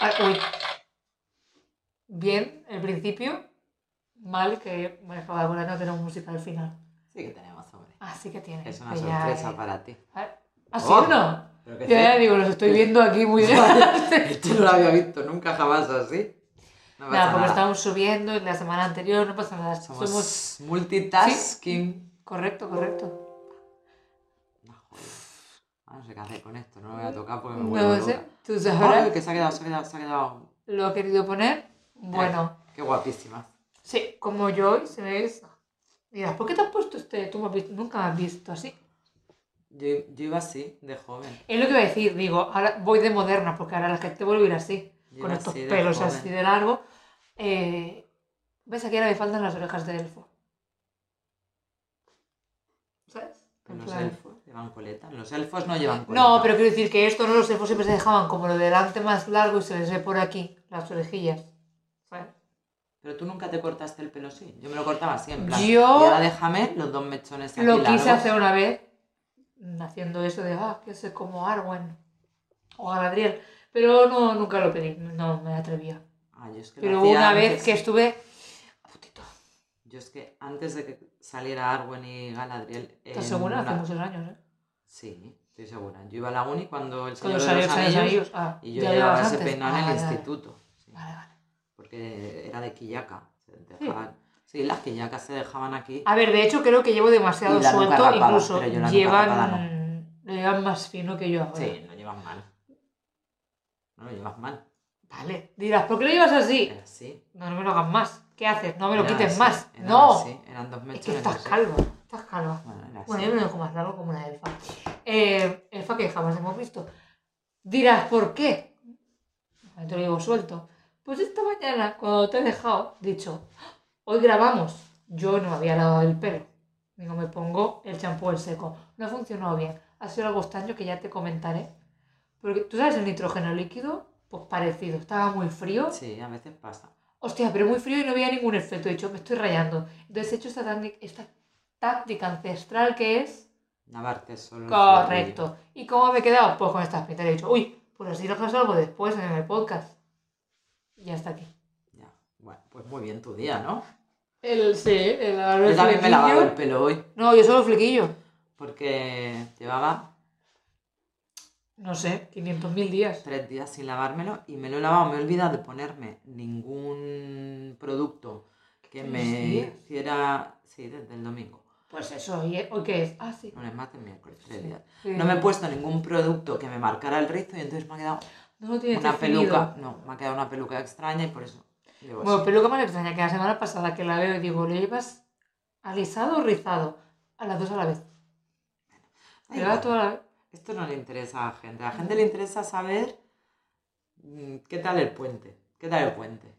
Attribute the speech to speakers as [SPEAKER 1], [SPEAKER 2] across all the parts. [SPEAKER 1] Ah, uy. Bien, el principio. Mal que me acaba de volar no tenemos música al final.
[SPEAKER 2] Sí que tenemos, hombre.
[SPEAKER 1] Así que tiene.
[SPEAKER 2] Es una
[SPEAKER 1] que ya-
[SPEAKER 2] sorpresa para ti.
[SPEAKER 1] ¿Ah, sí
[SPEAKER 2] Oh.
[SPEAKER 1] o no?
[SPEAKER 2] Pero
[SPEAKER 1] Yo
[SPEAKER 2] que
[SPEAKER 1] ya
[SPEAKER 2] sí.
[SPEAKER 1] digo, los estoy viendo aquí muy bien.
[SPEAKER 2] Esto no lo había visto nunca jamás así. No pasa
[SPEAKER 1] Nada, porque
[SPEAKER 2] nada.
[SPEAKER 1] estamos subiendo y la semana anterior, no pasa nada.
[SPEAKER 2] Somos,
[SPEAKER 1] Somos...
[SPEAKER 2] multitasking.
[SPEAKER 1] Correcto, correcto.
[SPEAKER 2] No, joder. Ah, no sé qué hacer con esto, no lo voy a tocar porque me vuelvo
[SPEAKER 1] No sé,
[SPEAKER 2] loca.
[SPEAKER 1] tú
[SPEAKER 2] Ay,
[SPEAKER 1] sabrás.
[SPEAKER 2] que se ha quedado, se ha quedado, se ha quedado.
[SPEAKER 1] Lo he querido poner. Bueno,
[SPEAKER 2] Qué guapísima.
[SPEAKER 1] sí, como yo hoy se ve eso. Dirás, ¿por qué te has puesto este? Tú me has visto- nunca me has visto así.
[SPEAKER 2] Yo, yo iba así, de joven.
[SPEAKER 1] Es lo que iba a decir, digo, ahora voy de moderna, porque ahora la gente vuelve a ir así,
[SPEAKER 2] Yo
[SPEAKER 1] con
[SPEAKER 2] iba
[SPEAKER 1] estos
[SPEAKER 2] así de
[SPEAKER 1] pelos
[SPEAKER 2] joven.
[SPEAKER 1] así de largo. Eh, ¿Ves? Aquí ahora me faltan las orejas de elfo. ¿Sabes? En
[SPEAKER 2] Los
[SPEAKER 1] plan-
[SPEAKER 2] elfos llevan coleta. Los elfos no llevan coleta.
[SPEAKER 1] No, pero quiero decir que esto no los elfos siempre se dejaban como lo delante más largo y se les ve por aquí, las orejillas. ¿Sabes?
[SPEAKER 2] Pero tú nunca te cortaste el pelo así. Yo me lo cortaba así, en plan.
[SPEAKER 1] Yo-
[SPEAKER 2] Y ahora déjame los dos mechones aquí
[SPEAKER 1] Lo quise
[SPEAKER 2] largos.
[SPEAKER 1] hacer una vez mm, haciendo eso de, ah, que sé, como Arwen o Galadriel, pero no, nunca lo pedí, no me atrevía.
[SPEAKER 2] Ah, yo es que lo
[SPEAKER 1] Pero
[SPEAKER 2] hacía
[SPEAKER 1] una vez
[SPEAKER 2] antes.
[SPEAKER 1] que estuve... Putito,
[SPEAKER 2] Yo es que antes de que saliera Arwen y Galadriel.
[SPEAKER 1] ¿estás
[SPEAKER 2] en
[SPEAKER 1] segura? Hace
[SPEAKER 2] una-
[SPEAKER 1] muchos años, ¿eh?
[SPEAKER 2] Sí, estoy segura. Yo iba a la uni cuando el
[SPEAKER 1] Cuando
[SPEAKER 2] Señor
[SPEAKER 1] salió
[SPEAKER 2] de los
[SPEAKER 1] el Señor de los
[SPEAKER 2] Anillos,
[SPEAKER 1] Anillos. Ah,
[SPEAKER 2] y yo
[SPEAKER 1] ya
[SPEAKER 2] llevaba
[SPEAKER 1] llevabas
[SPEAKER 2] ese
[SPEAKER 1] antes.
[SPEAKER 2] peinado
[SPEAKER 1] Ah,
[SPEAKER 2] en el
[SPEAKER 1] vale, vale.
[SPEAKER 2] instituto. sí,
[SPEAKER 1] Vale, vale.
[SPEAKER 2] porque era de quillaca. se dejaban- Sí. las quillacas se dejaban aquí.
[SPEAKER 1] A ver, de hecho creo que llevo demasiado
[SPEAKER 2] Y la nuca
[SPEAKER 1] suelto,
[SPEAKER 2] rapada,
[SPEAKER 1] incluso
[SPEAKER 2] pero yo la nuca rapada
[SPEAKER 1] llevan... Lo llevan más fino que yo ahora.
[SPEAKER 2] Sí, no llevas mal. No lo llevas mal.
[SPEAKER 1] Vale. Dirás, ¿por qué lo llevas así?
[SPEAKER 2] Era así.
[SPEAKER 1] No, no me lo hagas más. ¿Qué haces? No me lo
[SPEAKER 2] Era
[SPEAKER 1] quites
[SPEAKER 2] así,
[SPEAKER 1] más.
[SPEAKER 2] era
[SPEAKER 1] No.
[SPEAKER 2] así, Eran dos
[SPEAKER 1] Es
[SPEAKER 2] mechones.
[SPEAKER 1] que estás
[SPEAKER 2] así.
[SPEAKER 1] calva. Estás calva.
[SPEAKER 2] Bueno, era así.
[SPEAKER 1] Bueno, yo me lo dejo más largo como una elfa. Eh, elfa que jamás hemos visto. Dirás, ¿por qué? Ahora Te lo digo suelto. Pues esta mañana, cuando te he dejado, dicho, hoy grabamos. Yo no me había lavado el pelo. Digo, me pongo el champú en seco. No ha funcionado bien. Ha sido algo extraño que ya te comentaré. Porque tú sabes el nitrógeno líquido, pues parecido. Estaba muy frío.
[SPEAKER 2] Sí, a veces pasa.
[SPEAKER 1] Hostia, pero muy frío y no había ningún efecto. He dicho, me estoy rayando. Entonces he hecho esta, tándi- esta táctica ancestral que es.
[SPEAKER 2] Lavarte solo. el
[SPEAKER 1] Correcto. ¿Y cómo me he quedado? Pues con estas pintas. He dicho, uy, pues así lo resuelvo después en el podcast. Y hasta aquí.
[SPEAKER 2] flequillo. Ya. Bueno, pues muy bien tu día, ¿no?
[SPEAKER 1] El, sí, el,
[SPEAKER 2] Yo también me he lavado el pelo hoy
[SPEAKER 1] No, yo solo flequillo.
[SPEAKER 2] porque llevaba
[SPEAKER 1] No sé, 500.000 días.
[SPEAKER 2] tres días sin lavármelo y me lo he lavado. Me he olvidado de ponerme ningún producto que me
[SPEAKER 1] días?
[SPEAKER 2] hiciera. Sí, desde el domingo.
[SPEAKER 1] Pues eso, ¿y hoy qué es? Eh, Ah, sí.
[SPEAKER 2] Lunes, martes, miércoles, tres
[SPEAKER 1] Sí.
[SPEAKER 2] días.
[SPEAKER 1] Sí.
[SPEAKER 2] No me he puesto ningún producto que me marcara el rizo y entonces me ha quedado
[SPEAKER 1] No lo tienes
[SPEAKER 2] una
[SPEAKER 1] definido.
[SPEAKER 2] peluca. No, me ha quedado una peluca extraña y por eso. llevo
[SPEAKER 1] Bueno,
[SPEAKER 2] así.
[SPEAKER 1] peluca más extraña que la semana pasada que la veo y digo, ¿lo llevas alisado o rizado? A las dos a la vez.
[SPEAKER 2] Da
[SPEAKER 1] Pero
[SPEAKER 2] igual.
[SPEAKER 1] ahora toda la-
[SPEAKER 2] Esto no le interesa a la gente. A la gente le interesa saber mm, qué tal el puente. ¿Qué tal el puente?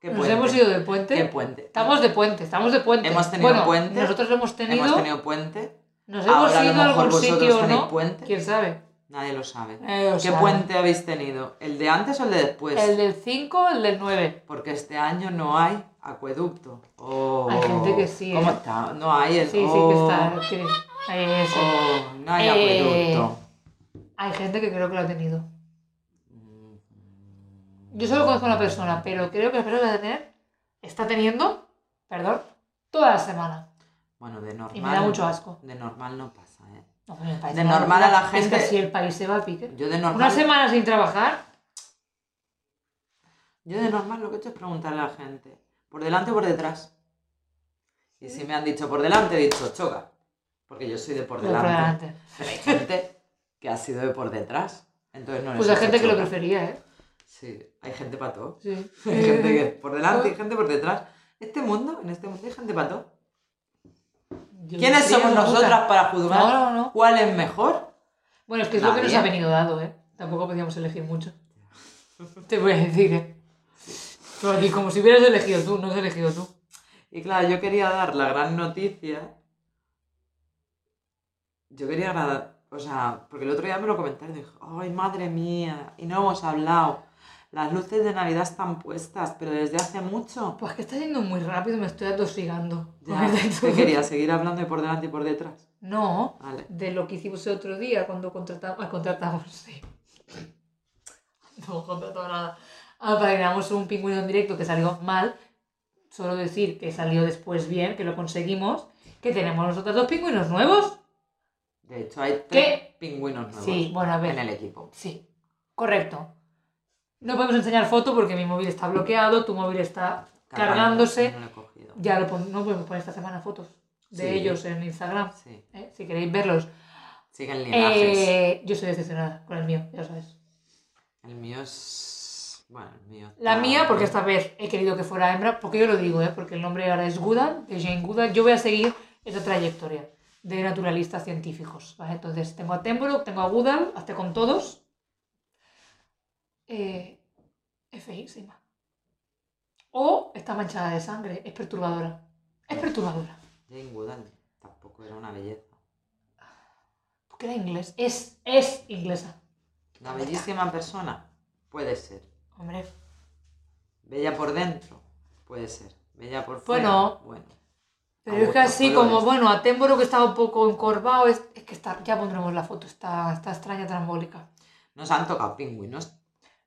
[SPEAKER 2] ¿Qué
[SPEAKER 1] Nos
[SPEAKER 2] puente?
[SPEAKER 1] hemos ido de puente.
[SPEAKER 2] ¿Qué puente?
[SPEAKER 1] Estamos de puente, estamos de puente.
[SPEAKER 2] Hemos tenido
[SPEAKER 1] Bueno,
[SPEAKER 2] puente.
[SPEAKER 1] Nosotros lo hemos tenido.
[SPEAKER 2] Hemos tenido puente.
[SPEAKER 1] Nos hemos
[SPEAKER 2] Ahora a
[SPEAKER 1] ido
[SPEAKER 2] lo
[SPEAKER 1] a
[SPEAKER 2] mejor
[SPEAKER 1] algún
[SPEAKER 2] vosotros
[SPEAKER 1] sitio o
[SPEAKER 2] tenéis
[SPEAKER 1] no.
[SPEAKER 2] puente.
[SPEAKER 1] ¿Quién sabe?
[SPEAKER 2] Nadie lo sabe.
[SPEAKER 1] Nadie lo
[SPEAKER 2] ¿Qué
[SPEAKER 1] sabe.
[SPEAKER 2] puente habéis tenido? ¿El de antes o el de después?
[SPEAKER 1] Eh, El del 5, el del 9.
[SPEAKER 2] Porque este año no hay acueducto. Oh,
[SPEAKER 1] Hay gente que sí,
[SPEAKER 2] ¿Cómo
[SPEAKER 1] ¿eh?
[SPEAKER 2] está? No hay el.
[SPEAKER 1] Sí, sí, que
[SPEAKER 2] oh,
[SPEAKER 1] está. sí. Ahí es.
[SPEAKER 2] oh, no hay
[SPEAKER 1] Eh,
[SPEAKER 2] acueducto.
[SPEAKER 1] Hay gente que creo que lo ha tenido. Yo solo conozco a una persona, pero creo que la persona que va a tener está teniendo, perdón, toda la semana.
[SPEAKER 2] Bueno, de normal.
[SPEAKER 1] Y me da mucho asco.
[SPEAKER 2] De normal no pasa, ¿eh?
[SPEAKER 1] No, pues me parece
[SPEAKER 2] De
[SPEAKER 1] una
[SPEAKER 2] normal a la
[SPEAKER 1] locura. Es que
[SPEAKER 2] gente-
[SPEAKER 1] si el país se va a pique.
[SPEAKER 2] Yo de normal.
[SPEAKER 1] Una semana sin trabajar.
[SPEAKER 2] Yo de normal lo que he hecho es preguntarle a la gente, ¿por delante o por detrás? Y si me han dicho por delante, he dicho, choca. Porque yo soy de por
[SPEAKER 1] voy por
[SPEAKER 2] delante.
[SPEAKER 1] delante.
[SPEAKER 2] Pero hay gente que ha sido de por detrás. Entonces no les
[SPEAKER 1] Pues hay
[SPEAKER 2] he
[SPEAKER 1] gente que
[SPEAKER 2] hecho
[SPEAKER 1] lo
[SPEAKER 2] choca.
[SPEAKER 1] prefería, ¿eh?
[SPEAKER 2] Sí, hay gente para todo.
[SPEAKER 1] Sí.
[SPEAKER 2] Hay gente que es por delante y gente por detrás. Este mundo, en este mundo hay gente para todo.
[SPEAKER 1] Yo
[SPEAKER 2] ¿Quiénes
[SPEAKER 1] diría,
[SPEAKER 2] somos
[SPEAKER 1] me gusta.
[SPEAKER 2] nosotras para juzgar
[SPEAKER 1] No, no, no.
[SPEAKER 2] cuál es mejor?
[SPEAKER 1] Bueno, es que es lo que nos
[SPEAKER 2] Nadie.
[SPEAKER 1] ha venido dado, ¿eh? Tampoco podíamos elegir mucho. Te voy a decir, ¿eh? Tú aquí, como si hubieras elegido tú, no has elegido tú.
[SPEAKER 2] Y claro, yo quería dar la gran noticia. Yo quería agradar. O sea, porque el otro día me lo comentaron y dije, ¡ay, madre mía! Y no hemos hablado. Las luces de Navidad están puestas, pero desde hace mucho.
[SPEAKER 1] Pues que está yendo muy rápido, me estoy atosigando.
[SPEAKER 2] Ya, ¿Qué quería? ¿Seguir hablando de por delante y por detrás?
[SPEAKER 1] No,
[SPEAKER 2] Vale.
[SPEAKER 1] de lo que hicimos el otro día cuando contratamos. Ah, contratamos, sí. no contrató a nada. Ah, Apadrinamos un pingüino en directo que salió mal. Solo decir que salió después bien, que lo conseguimos. Que tenemos nosotros dos pingüinos nuevos.
[SPEAKER 2] De hecho, hay tres
[SPEAKER 1] ¿Qué?
[SPEAKER 2] pingüinos nuevos
[SPEAKER 1] Sí, bueno, a ver.
[SPEAKER 2] en el equipo.
[SPEAKER 1] Sí, correcto. No podemos enseñar foto porque mi móvil está bloqueado, tu móvil está cargándose.
[SPEAKER 2] No lo he cogido.
[SPEAKER 1] Ya lo pon- no podemos poner esta semana fotos de
[SPEAKER 2] Sí.
[SPEAKER 1] ellos en Instagram,
[SPEAKER 2] Sí,
[SPEAKER 1] ¿eh? si queréis verlos.
[SPEAKER 2] siguen linajes.
[SPEAKER 1] Eh, yo soy decepcionada con el mío, ya lo sabes.
[SPEAKER 2] El mío es. Bueno, el mío.
[SPEAKER 1] La
[SPEAKER 2] está-
[SPEAKER 1] mía, porque esta vez he querido que fuera hembra, porque yo lo digo, ¿eh? porque el nombre ahora es Goodall, de Jane Goodall. Yo voy a seguir esta trayectoria de naturalistas científicos. ¿vale? Entonces, tengo a Tembro, tengo a Goodall, hasta con todos. Eh, es feísima. O está manchada de sangre, es perturbadora. Es perturbadora.
[SPEAKER 2] Jane Goodall tampoco era una belleza.
[SPEAKER 1] Porque era inglés. Es, es inglesa.
[SPEAKER 2] Una bellísima persona. Puede ser.
[SPEAKER 1] Hombre.
[SPEAKER 2] Bella por dentro. Puede ser. Bella
[SPEAKER 1] Pues
[SPEAKER 2] por fuera.
[SPEAKER 1] Bueno.
[SPEAKER 2] Bueno.
[SPEAKER 1] Pero es
[SPEAKER 2] A
[SPEAKER 1] que
[SPEAKER 2] muchos
[SPEAKER 1] así
[SPEAKER 2] colores.
[SPEAKER 1] como, bueno, a Témboro que está un poco encorvado, es, es que está, ya pondremos la foto, está, está extraña, trambólica.
[SPEAKER 2] Nos han tocado pingüinos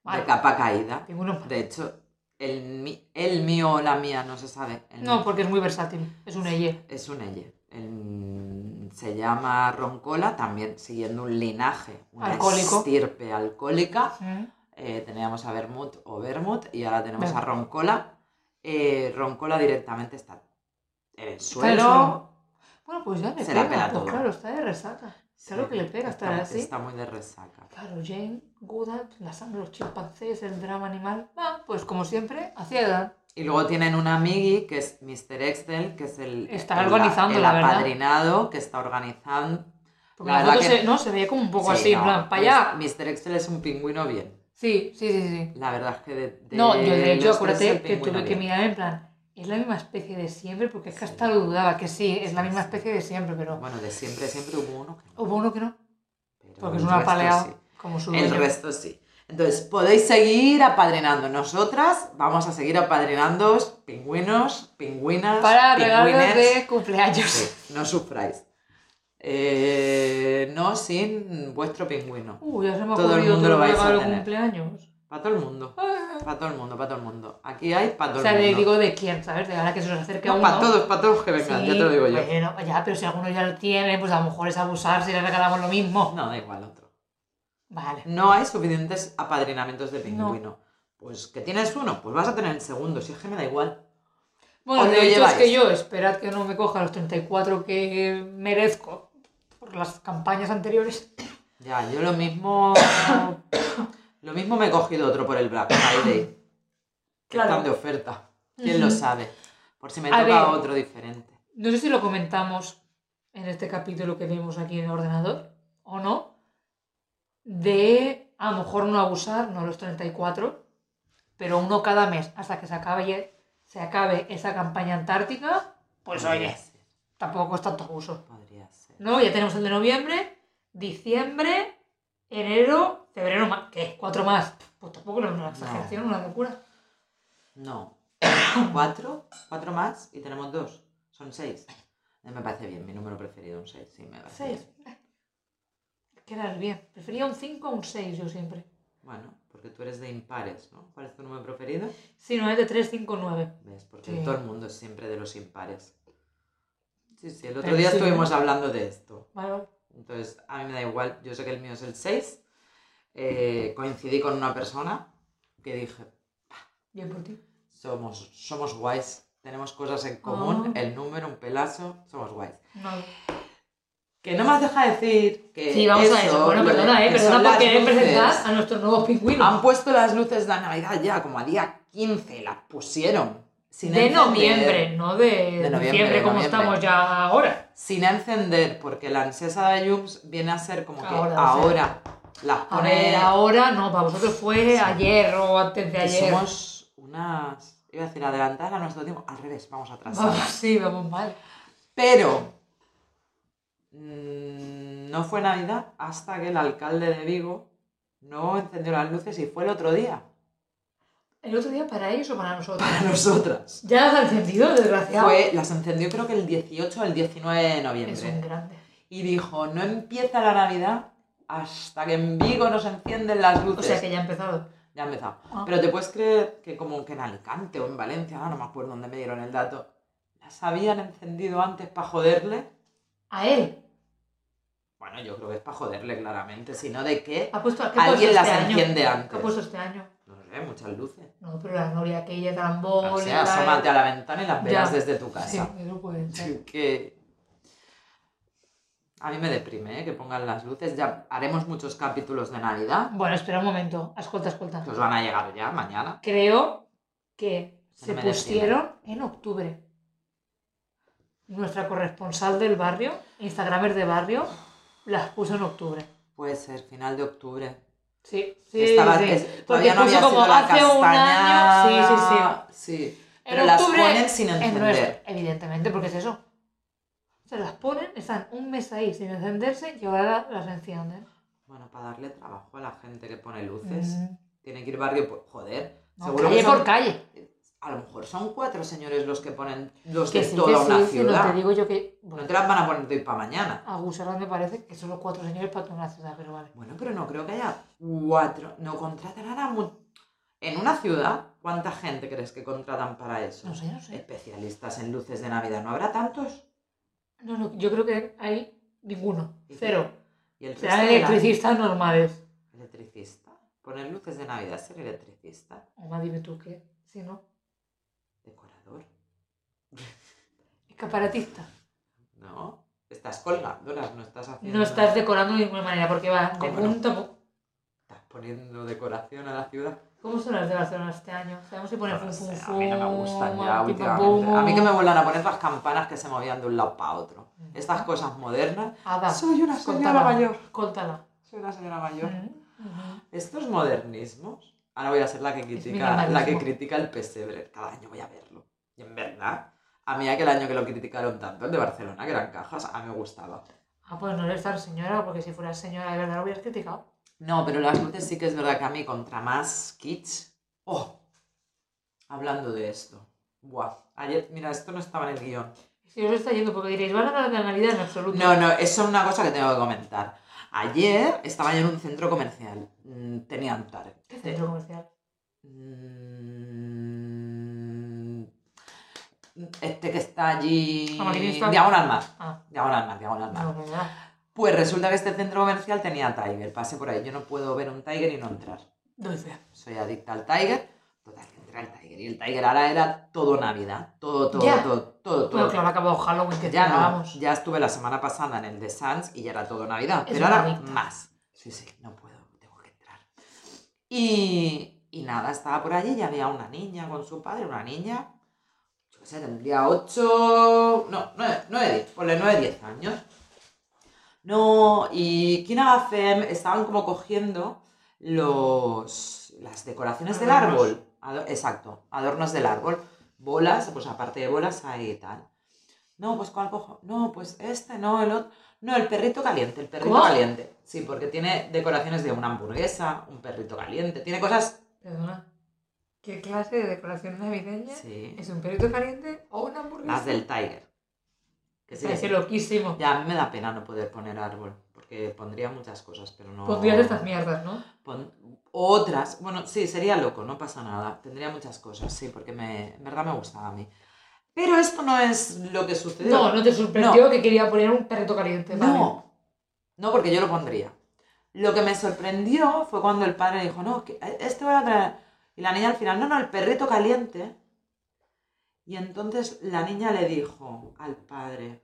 [SPEAKER 1] Vale.
[SPEAKER 2] de capa caída.
[SPEAKER 1] Ninguno más.
[SPEAKER 2] De hecho, el, mi- el mío o la mía, no se sabe. El
[SPEAKER 1] No,
[SPEAKER 2] mío
[SPEAKER 1] porque es muy versátil, es un ella.
[SPEAKER 2] Es un elle. El- se llama Roncola, también siguiendo un linaje, una
[SPEAKER 1] Alcohólico.
[SPEAKER 2] estirpe alcohólica.
[SPEAKER 1] ¿Mm?
[SPEAKER 2] Eh, teníamos a Vermouth o Vermouth y ahora tenemos a
[SPEAKER 1] Vermouth.
[SPEAKER 2] Roncola. Eh, Roncola directamente está en el
[SPEAKER 1] Está en el
[SPEAKER 2] suelo.
[SPEAKER 1] suelo. Bueno, pues ya le
[SPEAKER 2] Se la
[SPEAKER 1] pega,
[SPEAKER 2] pela
[SPEAKER 1] pues
[SPEAKER 2] todo.
[SPEAKER 1] claro, está de resaca. Claro que le pega estar
[SPEAKER 2] está,
[SPEAKER 1] así.
[SPEAKER 2] Está muy de resaca.
[SPEAKER 1] Claro, Jane, Goodall, la sangre, los chimpancés, el drama animal. Ah, pues como siempre, a ciega.
[SPEAKER 2] Y luego tienen un amigui que es Mr. Excel, que es el,
[SPEAKER 1] Está
[SPEAKER 2] el-
[SPEAKER 1] organizando,
[SPEAKER 2] el
[SPEAKER 1] la verdad.
[SPEAKER 2] apadrinado, que está organizando.
[SPEAKER 1] Porque
[SPEAKER 2] La
[SPEAKER 1] la
[SPEAKER 2] verdad
[SPEAKER 1] foto
[SPEAKER 2] que-
[SPEAKER 1] se, no, se veía como un poco
[SPEAKER 2] Sí,
[SPEAKER 1] así, en
[SPEAKER 2] no, pues
[SPEAKER 1] plan, para
[SPEAKER 2] Mis-
[SPEAKER 1] allá.
[SPEAKER 2] Mr. Excel es un pingüino bien.
[SPEAKER 1] Sí, sí, sí, sí.
[SPEAKER 2] La verdad es que de, de
[SPEAKER 1] No, yo de hecho,
[SPEAKER 2] los tres es el
[SPEAKER 1] acuérdate que
[SPEAKER 2] pingüino
[SPEAKER 1] tuve que
[SPEAKER 2] bien.
[SPEAKER 1] mirar en plan, es la misma especie de siempre, porque es que
[SPEAKER 2] Sí.
[SPEAKER 1] hasta lo dudaba, que sí, es la
[SPEAKER 2] Sí,
[SPEAKER 1] misma
[SPEAKER 2] sí.
[SPEAKER 1] especie de siempre, pero
[SPEAKER 2] Bueno, de siempre, siempre hubo uno que no.
[SPEAKER 1] hubo uno que no,
[SPEAKER 2] pero
[SPEAKER 1] porque es
[SPEAKER 2] el
[SPEAKER 1] una
[SPEAKER 2] resto
[SPEAKER 1] paleada,
[SPEAKER 2] sí.
[SPEAKER 1] como su
[SPEAKER 2] El
[SPEAKER 1] dueño.
[SPEAKER 2] resto sí. Entonces, podéis seguir apadrinando. Nosotras vamos a seguir apadrinando pingüinos, pingüinas,
[SPEAKER 1] Para regalos
[SPEAKER 2] pingüines.
[SPEAKER 1] de cumpleaños.
[SPEAKER 2] Sí, no sufráis. Eh, no sin vuestro pingüino.
[SPEAKER 1] Uh, ya se me ha
[SPEAKER 2] Todo el
[SPEAKER 1] ocurrido
[SPEAKER 2] mundo lo
[SPEAKER 1] otro
[SPEAKER 2] vais a
[SPEAKER 1] regalo de
[SPEAKER 2] tener.
[SPEAKER 1] cumpleaños.
[SPEAKER 2] Para todo el mundo.
[SPEAKER 1] Ah.
[SPEAKER 2] Para todo el mundo, para todo el mundo. Aquí hay para todo
[SPEAKER 1] O sea,
[SPEAKER 2] el
[SPEAKER 1] le
[SPEAKER 2] mundo.
[SPEAKER 1] digo de quién, ¿sabes? De ahora que se nos acerque a uno.
[SPEAKER 2] para todos, para todos los que vengan,
[SPEAKER 1] Sí,
[SPEAKER 2] ya te lo digo yo.
[SPEAKER 1] Bueno, ya, pero si alguno ya lo tiene, pues a lo mejor es abusar si le regalamos lo mismo.
[SPEAKER 2] No, da igual otro.
[SPEAKER 1] Vale.
[SPEAKER 2] No hay suficientes apadrinamientos de pingüino. Pues que tienes uno, pues vas a tener el segundo, si es que me da igual.
[SPEAKER 1] Bueno,
[SPEAKER 2] Os
[SPEAKER 1] de
[SPEAKER 2] lo
[SPEAKER 1] hecho es
[SPEAKER 2] lleváis.
[SPEAKER 1] que yo, esperad que no me coja los 34 que merezco por las campañas anteriores.
[SPEAKER 2] Ya, yo lo mismo. lo mismo me he cogido otro por el Black Friday. Que
[SPEAKER 1] Claro.
[SPEAKER 2] están de oferta. ¿Quién lo
[SPEAKER 1] Ujú.
[SPEAKER 2] sabe? Por si me
[SPEAKER 1] A
[SPEAKER 2] toca
[SPEAKER 1] ver.
[SPEAKER 2] otro diferente.
[SPEAKER 1] No sé si lo comentamos en este capítulo que vimos aquí en el ordenador o no, de a lo mejor no abusar, no los 34, pero uno cada mes hasta que se acabe, se acabe esa campaña antártica, pues
[SPEAKER 2] Podría
[SPEAKER 1] oye,
[SPEAKER 2] ser,
[SPEAKER 1] tampoco es tanto abuso.
[SPEAKER 2] podría ser.
[SPEAKER 1] ¿no? Ya tenemos el de noviembre, diciembre, enero, febrero, ma- ¿qué? Cuatro más. Pues tampoco es una exageración, una locura.
[SPEAKER 2] No. ¿Cuatro? ¿Cuatro más? Y tenemos dos. Son seis. Eh, Me parece bien, mi número preferido, un seis. Sí, me parece
[SPEAKER 1] Seis.
[SPEAKER 2] bien.
[SPEAKER 1] Quedas bien. Prefería un 5 o un 6 yo siempre.
[SPEAKER 2] Bueno, porque tú eres de impares, ¿no? ¿Cuál es tu número preferido?
[SPEAKER 1] Sí, 9 de 3, 5, 9.
[SPEAKER 2] ¿Ves? Porque
[SPEAKER 1] Sí.
[SPEAKER 2] todo el mundo es siempre de los impares. Sí, sí, el otro
[SPEAKER 1] Pero
[SPEAKER 2] día
[SPEAKER 1] sí,
[SPEAKER 2] estuvimos hablando de esto.
[SPEAKER 1] Vale, vale.
[SPEAKER 2] Entonces, a mí me da igual, yo sé que el mío es el 6. Eh, coincidí con una persona que dije,
[SPEAKER 1] Bien por ti.
[SPEAKER 2] somos, somos guays, tenemos cosas en común,
[SPEAKER 1] Ah.
[SPEAKER 2] el número, un pelazo, somos guays.
[SPEAKER 1] No.
[SPEAKER 2] Que no me has dejado decir que...
[SPEAKER 1] Sí, vamos a eso. Bueno,
[SPEAKER 2] lo de-
[SPEAKER 1] perdona, eh.
[SPEAKER 2] que son
[SPEAKER 1] Perdona por
[SPEAKER 2] las
[SPEAKER 1] querer
[SPEAKER 2] luces.
[SPEAKER 1] presentar a nuestros nuevos pingüinos.
[SPEAKER 2] Han puesto las luces de la Navidad ya, como a día 15, las pusieron. sin
[SPEAKER 1] De
[SPEAKER 2] encender.
[SPEAKER 1] noviembre, no de,
[SPEAKER 2] noviembre,
[SPEAKER 1] diciembre
[SPEAKER 2] de
[SPEAKER 1] como
[SPEAKER 2] noviembre.
[SPEAKER 1] estamos ya ahora.
[SPEAKER 2] sin encender, porque la ansesa de Jums viene a ser como que
[SPEAKER 1] Ahora,
[SPEAKER 2] ahora,
[SPEAKER 1] o
[SPEAKER 2] las
[SPEAKER 1] A
[SPEAKER 2] pone.
[SPEAKER 1] ver, ahora no, para vosotros fue
[SPEAKER 2] Sí.
[SPEAKER 1] ayer o antes de
[SPEAKER 2] que
[SPEAKER 1] ayer.
[SPEAKER 2] somos unas. Iba a decir adelantadas a nuestro tiempo. Al revés, vamos atrás.
[SPEAKER 1] Vamos, sí, vamos mal.
[SPEAKER 2] Pero. mm, no fue Navidad hasta que el alcalde de Vigo no encendió las luces y fue el otro día.
[SPEAKER 1] ¿El otro día para ellos o para nosotros?
[SPEAKER 2] Para nosotras.
[SPEAKER 1] Ya las han encendido, desgraciado.
[SPEAKER 2] Fue, las encendió creo que el 18 o el 19 de noviembre.
[SPEAKER 1] Es un grande.
[SPEAKER 2] Y dijo, no empieza la Navidad hasta que en Vigo nos encienden las
[SPEAKER 1] O
[SPEAKER 2] luces.
[SPEAKER 1] sea que ya ha empezado.
[SPEAKER 2] Ya ha empezado.
[SPEAKER 1] Ah.
[SPEAKER 2] Pero te puedes creer que como que en Alicante o en Valencia, ahora no me acuerdo dónde me dieron el dato, las habían encendido antes para joderle.
[SPEAKER 1] A él.
[SPEAKER 2] Bueno, yo creo que es para joderle claramente, sino de que
[SPEAKER 1] Ha puesto, Ah, ¿qué ha puesto
[SPEAKER 2] alguien las
[SPEAKER 1] este año?
[SPEAKER 2] enciende
[SPEAKER 1] ¿Qué ha
[SPEAKER 2] antes.
[SPEAKER 1] puesto este año?
[SPEAKER 2] No sé, muchas luces.
[SPEAKER 1] No, pero la noria aquella
[SPEAKER 2] O
[SPEAKER 1] tambores...
[SPEAKER 2] sea,
[SPEAKER 1] la-
[SPEAKER 2] asómate Ah, a la ventana y las verás
[SPEAKER 1] Ya.
[SPEAKER 2] desde tu
[SPEAKER 1] Sí,
[SPEAKER 2] casa.
[SPEAKER 1] eso puede ser.
[SPEAKER 2] Que a mí me deprime ¿eh? que pongan las luces. Ya haremos muchos capítulos de Navidad.
[SPEAKER 1] Bueno, espera un momento. Escolta, escolta.
[SPEAKER 2] que os van a llegar ya mañana.
[SPEAKER 1] Creo que se
[SPEAKER 2] me
[SPEAKER 1] pusieron en octubre. Nuestra corresponsal del barrio, Instagramer de barrio, las puso en octubre.
[SPEAKER 2] Puede ser final de octubre.
[SPEAKER 1] Sí, sí,
[SPEAKER 2] Estaba,
[SPEAKER 1] sí.
[SPEAKER 2] es-
[SPEAKER 1] Porque
[SPEAKER 2] todavía no
[SPEAKER 1] puso
[SPEAKER 2] había
[SPEAKER 1] como
[SPEAKER 2] sido la
[SPEAKER 1] hace un año. Sí, sí, sí.
[SPEAKER 2] castaña. Sí. Pero las ponen sin
[SPEAKER 1] en
[SPEAKER 2] encender.
[SPEAKER 1] nuestro- evidentemente, porque es eso. Se las ponen, están un mes ahí sin encenderse y ahora las encienden.
[SPEAKER 2] Bueno, para darle trabajo a la gente que pone luces.
[SPEAKER 1] Mm.
[SPEAKER 2] Tiene que ir barrio por... Joder.
[SPEAKER 1] No,
[SPEAKER 2] seguro
[SPEAKER 1] calle
[SPEAKER 2] que son-
[SPEAKER 1] por calle.
[SPEAKER 2] A lo mejor son cuatro señores los que ponen los
[SPEAKER 1] Que
[SPEAKER 2] de
[SPEAKER 1] sí, que
[SPEAKER 2] toda una
[SPEAKER 1] sí, si no
[SPEAKER 2] ciudad.
[SPEAKER 1] te digo yo que.
[SPEAKER 2] No
[SPEAKER 1] Bueno,
[SPEAKER 2] te las van a poner de hoy para mañana.
[SPEAKER 1] a Gusarán me parece que son los cuatro señores para toda una ciudad, pero vale.
[SPEAKER 2] Bueno, pero no creo que haya cuatro. No contratarán a... mu- En una ciudad, ¿cuánta gente crees que contratan para eso?
[SPEAKER 1] No sé, no sé.
[SPEAKER 2] Especialistas en luces de Navidad. ¿No habrá tantos?
[SPEAKER 1] No, no, yo creo que hay ninguno.
[SPEAKER 2] ¿Y qué?
[SPEAKER 1] Cero.
[SPEAKER 2] Y el
[SPEAKER 1] Serán
[SPEAKER 2] resto de la-
[SPEAKER 1] electricistas normales.
[SPEAKER 2] Electricista. Poner luces de Navidad, ser electricista.
[SPEAKER 1] Oma, dime tú qué. Si no,
[SPEAKER 2] Decorador.
[SPEAKER 1] escaparatista.
[SPEAKER 2] No. Estás colgándolas, no estás haciendo.
[SPEAKER 1] No estás decorando de ninguna manera porque va de
[SPEAKER 2] ¿Cómo no?
[SPEAKER 1] punto. a pu-
[SPEAKER 2] Estás poniendo decoración a la ciudad.
[SPEAKER 1] ¿Cómo son las de Barcelona este año? Sabemos si poner
[SPEAKER 2] No
[SPEAKER 1] fum,
[SPEAKER 2] lo sé,
[SPEAKER 1] fum,
[SPEAKER 2] a mí no me
[SPEAKER 1] fum, pim,
[SPEAKER 2] gustan ya
[SPEAKER 1] pam,
[SPEAKER 2] últimamente. A mí que
[SPEAKER 1] pum.
[SPEAKER 2] me vuelvan a poner las campanas que se movían de un lado para otro.
[SPEAKER 1] Mm.
[SPEAKER 2] Estas cosas modernas.
[SPEAKER 1] Ada,
[SPEAKER 2] Soy una
[SPEAKER 1] Ah, pues Contaba.
[SPEAKER 2] señora mayor.
[SPEAKER 1] Contala.
[SPEAKER 2] Soy una señora mayor.
[SPEAKER 1] Mm, Ujú.
[SPEAKER 2] Estos modernismos. Ahora voy a ser la que critica,
[SPEAKER 1] minimalismo.
[SPEAKER 2] la que critica el pesebre. Cada año voy a verlo. Y en verdad, a mí aquel año que lo criticaron tanto, el de Barcelona, que eran cajas, a mí me gustaba.
[SPEAKER 1] Ah, pues no eres tan señora, porque si fueras señora de verdad lo hubieras criticado.
[SPEAKER 2] No, pero las luces sí que es verdad que a mí contra más kits. Oh, hablando de esto. Buah, ayer, mira, esto no estaba en el guión.
[SPEAKER 1] Si os está yendo, porque diréis, van a hablar de la Navidad en absoluto.
[SPEAKER 2] No, no, eso es una cosa que tengo que comentar. Ayer estaba yo en un centro comercial. mm, Tenían tarde.
[SPEAKER 1] ¿Qué centro comercial?
[SPEAKER 2] Mm, Este que está allí.
[SPEAKER 1] Amarillista.
[SPEAKER 2] Diagonal Mar.
[SPEAKER 1] Ah,
[SPEAKER 2] Diagonal Mar, Diagonal Mar.
[SPEAKER 1] no, no, no.
[SPEAKER 2] Pues resulta que este centro comercial tenía Tiger. Pasé por ahí. Yo no puedo ver un Tiger y no entrar.
[SPEAKER 1] Doy fe.
[SPEAKER 2] soy adicta al Tiger. Total, que entré al Tiger. Y el Tiger ahora era todo Navidad. Todo, todo,
[SPEAKER 1] Ya.
[SPEAKER 2] todo, todo, todo.
[SPEAKER 1] Bueno, claro, ha acabado Halloween, que
[SPEAKER 2] ya no,
[SPEAKER 1] esperábamos.
[SPEAKER 2] ya estuve la semana pasada en el de Sans y ya era todo Navidad.
[SPEAKER 1] Es
[SPEAKER 2] pero ahora
[SPEAKER 1] una adicta.
[SPEAKER 2] más. Sí, sí, no puedo, tengo que entrar. Y, y nada, estaba por allí y había una niña con su padre, una niña, yo qué sé, tendría 8, no, 9, 9, ponle 9, 10 años. No, y Kina Fem E estaban como cogiendo los, las decoraciones del
[SPEAKER 1] Adornos.
[SPEAKER 2] árbol. Ado- exacto, adornos del árbol. Bolas, pues aparte de bolas hay tal. No, pues cuál cojo. No, pues este, no, el otro. No, el perrito caliente, el perrito
[SPEAKER 1] ¿Cómo?
[SPEAKER 2] caliente. Sí, porque tiene decoraciones de una hamburguesa, un perrito caliente, tiene cosas.
[SPEAKER 1] Perdona. ¿Qué clase de decoración navideña
[SPEAKER 2] Sí,
[SPEAKER 1] es un perrito caliente o una
[SPEAKER 2] las
[SPEAKER 1] hamburguesa?
[SPEAKER 2] del Tiger. Que sí, que
[SPEAKER 1] Parece
[SPEAKER 2] sí.
[SPEAKER 1] loquísimo.
[SPEAKER 2] Ya, a mí me da pena no poder poner árbol, porque pondría muchas cosas, pero no.
[SPEAKER 1] Pondrías estas mierdas, ¿no?
[SPEAKER 2] Pon- otras. Bueno, sí, sería loco, no pasa nada. Tendría muchas cosas, sí, porque me, en verdad me gustaba a mí. Pero esto no es lo que sucedió.
[SPEAKER 1] No, no te sorprendió que quería poner un perrito caliente. vale.
[SPEAKER 2] No, no, porque yo lo pondría. Lo que me sorprendió fue cuando el padre dijo, no, que este va a traer. Y la niña al final, no, no, el perrito caliente. Y entonces la niña le dijo al padre,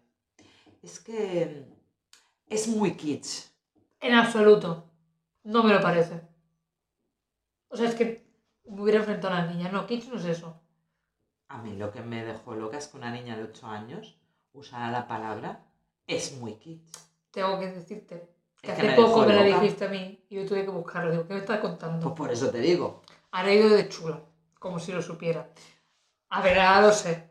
[SPEAKER 2] es que es muy kitsch.
[SPEAKER 1] En absoluto. No me lo parece. O sea, es que me hubiera enfrentado a la niña. No, Kitsch no es eso.
[SPEAKER 2] A mí lo que me dejó loca es que una niña de 8 años usara la palabra es muy kitsch.
[SPEAKER 1] Tengo que decirte. Que
[SPEAKER 2] Es
[SPEAKER 1] hace
[SPEAKER 2] me
[SPEAKER 1] poco
[SPEAKER 2] dejó
[SPEAKER 1] me la
[SPEAKER 2] loca.
[SPEAKER 1] dijiste a mí y yo tuve que buscarlo. Digo, ¿qué me estás contando?
[SPEAKER 2] Pues por eso te digo.
[SPEAKER 1] Ahora he ido de chula, como si lo supiera. A ver, ahora lo sé.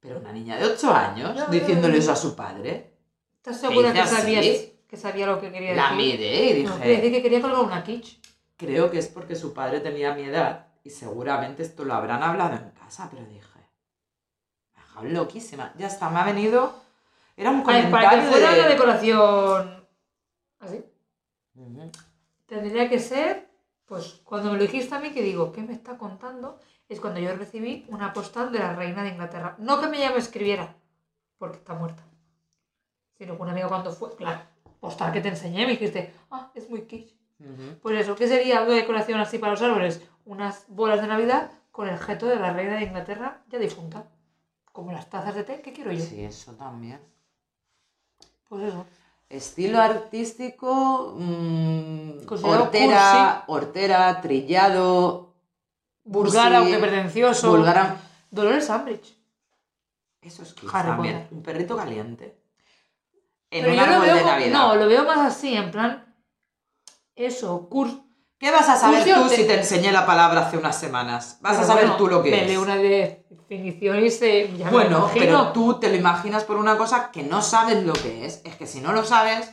[SPEAKER 2] Pero una niña de 8 años
[SPEAKER 1] No, no,
[SPEAKER 2] diciéndole
[SPEAKER 1] no.
[SPEAKER 2] eso a su padre,
[SPEAKER 1] ¿Estás segura
[SPEAKER 2] ¿Qué
[SPEAKER 1] que
[SPEAKER 2] dice
[SPEAKER 1] sabías
[SPEAKER 2] así?
[SPEAKER 1] que sabía lo que quería
[SPEAKER 2] la
[SPEAKER 1] decir?
[SPEAKER 2] miré y dije...
[SPEAKER 1] No, quería decir que quería colgar una kitsch.
[SPEAKER 2] Creo que es porque su padre tenía mi edad y seguramente esto lo habrán hablado en casa, pero dije, me ha dejado loquísima. Ya está, me ha venido. Era un
[SPEAKER 1] Para,
[SPEAKER 2] comentario
[SPEAKER 1] para que fuera
[SPEAKER 2] de...
[SPEAKER 1] una decoración así,
[SPEAKER 2] Ujú.
[SPEAKER 1] tendría que ser Pues cuando me lo dijiste a mí, que digo, ¿qué me está contando? Es cuando yo recibí una postal de la reina de Inglaterra. No que me llame escribiera, porque está muerta. Sino que un amigo cuando fue, claro, postal que te enseñé, me dijiste, ah, es muy kitsch.
[SPEAKER 2] Ujú.
[SPEAKER 1] Pues eso, ¿qué sería una decoración así para los árboles? Unas bolas de Navidad con el gesto de la reina de Inglaterra ya difunta. Como las tazas de té, ¿qué quiero yo?
[SPEAKER 2] Sí, eso también.
[SPEAKER 1] Pues eso.
[SPEAKER 2] Estilo artístico, mm,
[SPEAKER 1] Considerado
[SPEAKER 2] hortera, hortera, trillado,
[SPEAKER 1] Vulgar,
[SPEAKER 2] Sí.
[SPEAKER 1] aunque pretencioso.
[SPEAKER 2] vulgar.
[SPEAKER 1] Dolores Umbridge.
[SPEAKER 2] Eso es
[SPEAKER 1] Harry
[SPEAKER 2] también.
[SPEAKER 1] Potter.
[SPEAKER 2] Un perrito caliente. En
[SPEAKER 1] Pero
[SPEAKER 2] un
[SPEAKER 1] yo lo
[SPEAKER 2] árbol
[SPEAKER 1] veo
[SPEAKER 2] de
[SPEAKER 1] como-
[SPEAKER 2] Navidad.
[SPEAKER 1] No, lo veo más así, en plan. Eso, curso.
[SPEAKER 2] ¿Qué vas a saber
[SPEAKER 1] Lucio,
[SPEAKER 2] tú
[SPEAKER 1] te-
[SPEAKER 2] si te enseñé la palabra hace unas semanas? Vas a
[SPEAKER 1] Pero
[SPEAKER 2] saber
[SPEAKER 1] bueno,
[SPEAKER 2] tú lo que
[SPEAKER 1] me
[SPEAKER 2] es.
[SPEAKER 1] leo una definición y se. ya me
[SPEAKER 2] Bueno,
[SPEAKER 1] imagino.
[SPEAKER 2] pero tú te lo imaginas por una cosa que no sabes lo que es. Es que si no lo sabes,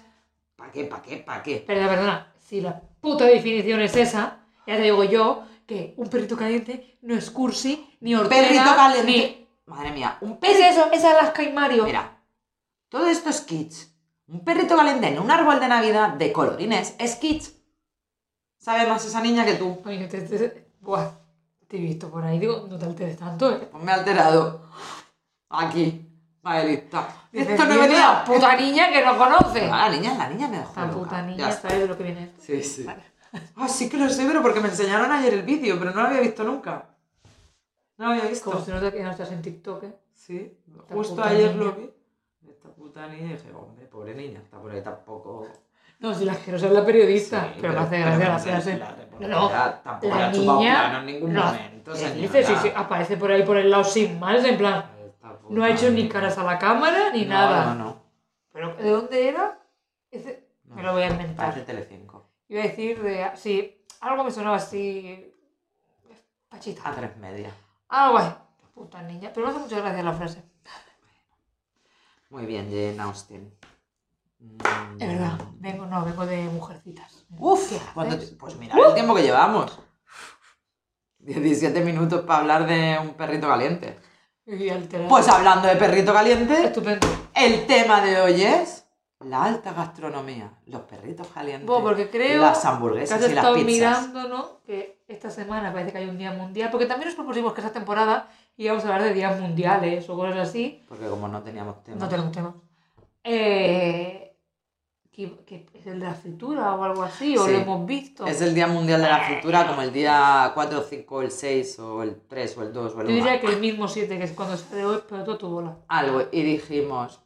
[SPEAKER 2] ¿para qué, para qué, para qué?
[SPEAKER 1] Perdona, perdona. Si la puta definición es esa, ya te digo yo que un perrito caliente no es cursi, ni hortera,
[SPEAKER 2] Perrito caliente.
[SPEAKER 1] ni-
[SPEAKER 2] Madre mía, un
[SPEAKER 1] Es
[SPEAKER 2] perrito.
[SPEAKER 1] eso, es Alaska y Mario.
[SPEAKER 2] Mira, todo esto es kitsch. Un perrito caliente en un árbol de Navidad de colorines es kitsch. Sabe más esa niña que tú.
[SPEAKER 1] Oye, te, te- buah, te he visto por ahí, digo, no te alteres tanto, ¿eh?
[SPEAKER 2] Pues me he alterado. Aquí. Vale, lista. Esto
[SPEAKER 1] Dices,
[SPEAKER 2] no
[SPEAKER 1] "Viene
[SPEAKER 2] venía.
[SPEAKER 1] la puta niña que no conoce.
[SPEAKER 2] Ah, la niña, la niña me dejó.
[SPEAKER 1] Esta
[SPEAKER 2] loca.
[SPEAKER 1] puta niña
[SPEAKER 2] Ya está.
[SPEAKER 1] sabe de lo que viene.
[SPEAKER 2] Sí, sí. Ah, sí que lo sé, pero porque me enseñaron ayer el vídeo, pero no lo había visto nunca. No lo había visto.
[SPEAKER 1] Como se nota que no estás en TikTok, ¿eh?
[SPEAKER 2] Sí,
[SPEAKER 1] Esta
[SPEAKER 2] justo
[SPEAKER 1] puta
[SPEAKER 2] ayer
[SPEAKER 1] niña.
[SPEAKER 2] lo vi. Esta puta niña y dije, hombre, pobre niña, está por ahí tampoco.
[SPEAKER 1] No, si la asquerosa es la periodista.
[SPEAKER 2] Sí,
[SPEAKER 1] pero me hace gracia la
[SPEAKER 2] pero
[SPEAKER 1] frase.
[SPEAKER 2] la
[SPEAKER 1] No,
[SPEAKER 2] reportera
[SPEAKER 1] no.
[SPEAKER 2] tampoco
[SPEAKER 1] la
[SPEAKER 2] la ha chupado
[SPEAKER 1] niña
[SPEAKER 2] plano en ningún
[SPEAKER 1] no,
[SPEAKER 2] momento.
[SPEAKER 1] ¿Qué
[SPEAKER 2] señora.
[SPEAKER 1] dices? Sí, sí, aparece por ahí por el lado sin más, en plan,
[SPEAKER 2] Esta puta
[SPEAKER 1] no ha hecho ni
[SPEAKER 2] niña.
[SPEAKER 1] caras a la cámara ni
[SPEAKER 2] No,
[SPEAKER 1] nada.
[SPEAKER 2] No, no,
[SPEAKER 1] ¿Pero de dónde era? Ese-
[SPEAKER 2] no.
[SPEAKER 1] Me lo voy a inventar.
[SPEAKER 2] Parece Telecinco.
[SPEAKER 1] Iba a decir de. Sí, algo me sonaba así. Pachita.
[SPEAKER 2] A tres media.
[SPEAKER 1] Ah, guay. Puta niña. Pero me hace muchas gracias la frase.
[SPEAKER 2] Muy bien, Jane Austen. Mm.
[SPEAKER 1] Es verdad. Vengo, no, vengo de mujercitas.
[SPEAKER 2] Uf,
[SPEAKER 1] ¿Qué haces?
[SPEAKER 2] cuando- pues mira el tiempo que llevamos. 17 minutos para hablar de un perrito caliente.
[SPEAKER 1] Y alterado.
[SPEAKER 2] Pues hablando de perrito caliente,
[SPEAKER 1] Estupendo.
[SPEAKER 2] el tema de hoy es la alta gastronomía, los perritos calientes,
[SPEAKER 1] Bueno, porque creo
[SPEAKER 2] las
[SPEAKER 1] que
[SPEAKER 2] hamburguesas
[SPEAKER 1] has
[SPEAKER 2] y las
[SPEAKER 1] estado
[SPEAKER 2] pizzas.
[SPEAKER 1] mirando, ¿no? Que esta semana parece que hay un día mundial. Porque también nos propusimos que esa temporada íbamos a hablar de días mundiales o cosas así.
[SPEAKER 2] Porque como no teníamos tema,
[SPEAKER 1] No tenemos tema. Eh, que, que es el de la fritura o algo así, o
[SPEAKER 2] Sí.
[SPEAKER 1] lo hemos visto.
[SPEAKER 2] es el Día Mundial de la Fritura, como el día 4, 5, el 6, o el 3, o el 2, o el
[SPEAKER 1] Yo
[SPEAKER 2] 1.
[SPEAKER 1] diría que el mismo 7 que es cuando sale hoy, pero todo tu bola.
[SPEAKER 2] Algo, y dijimos,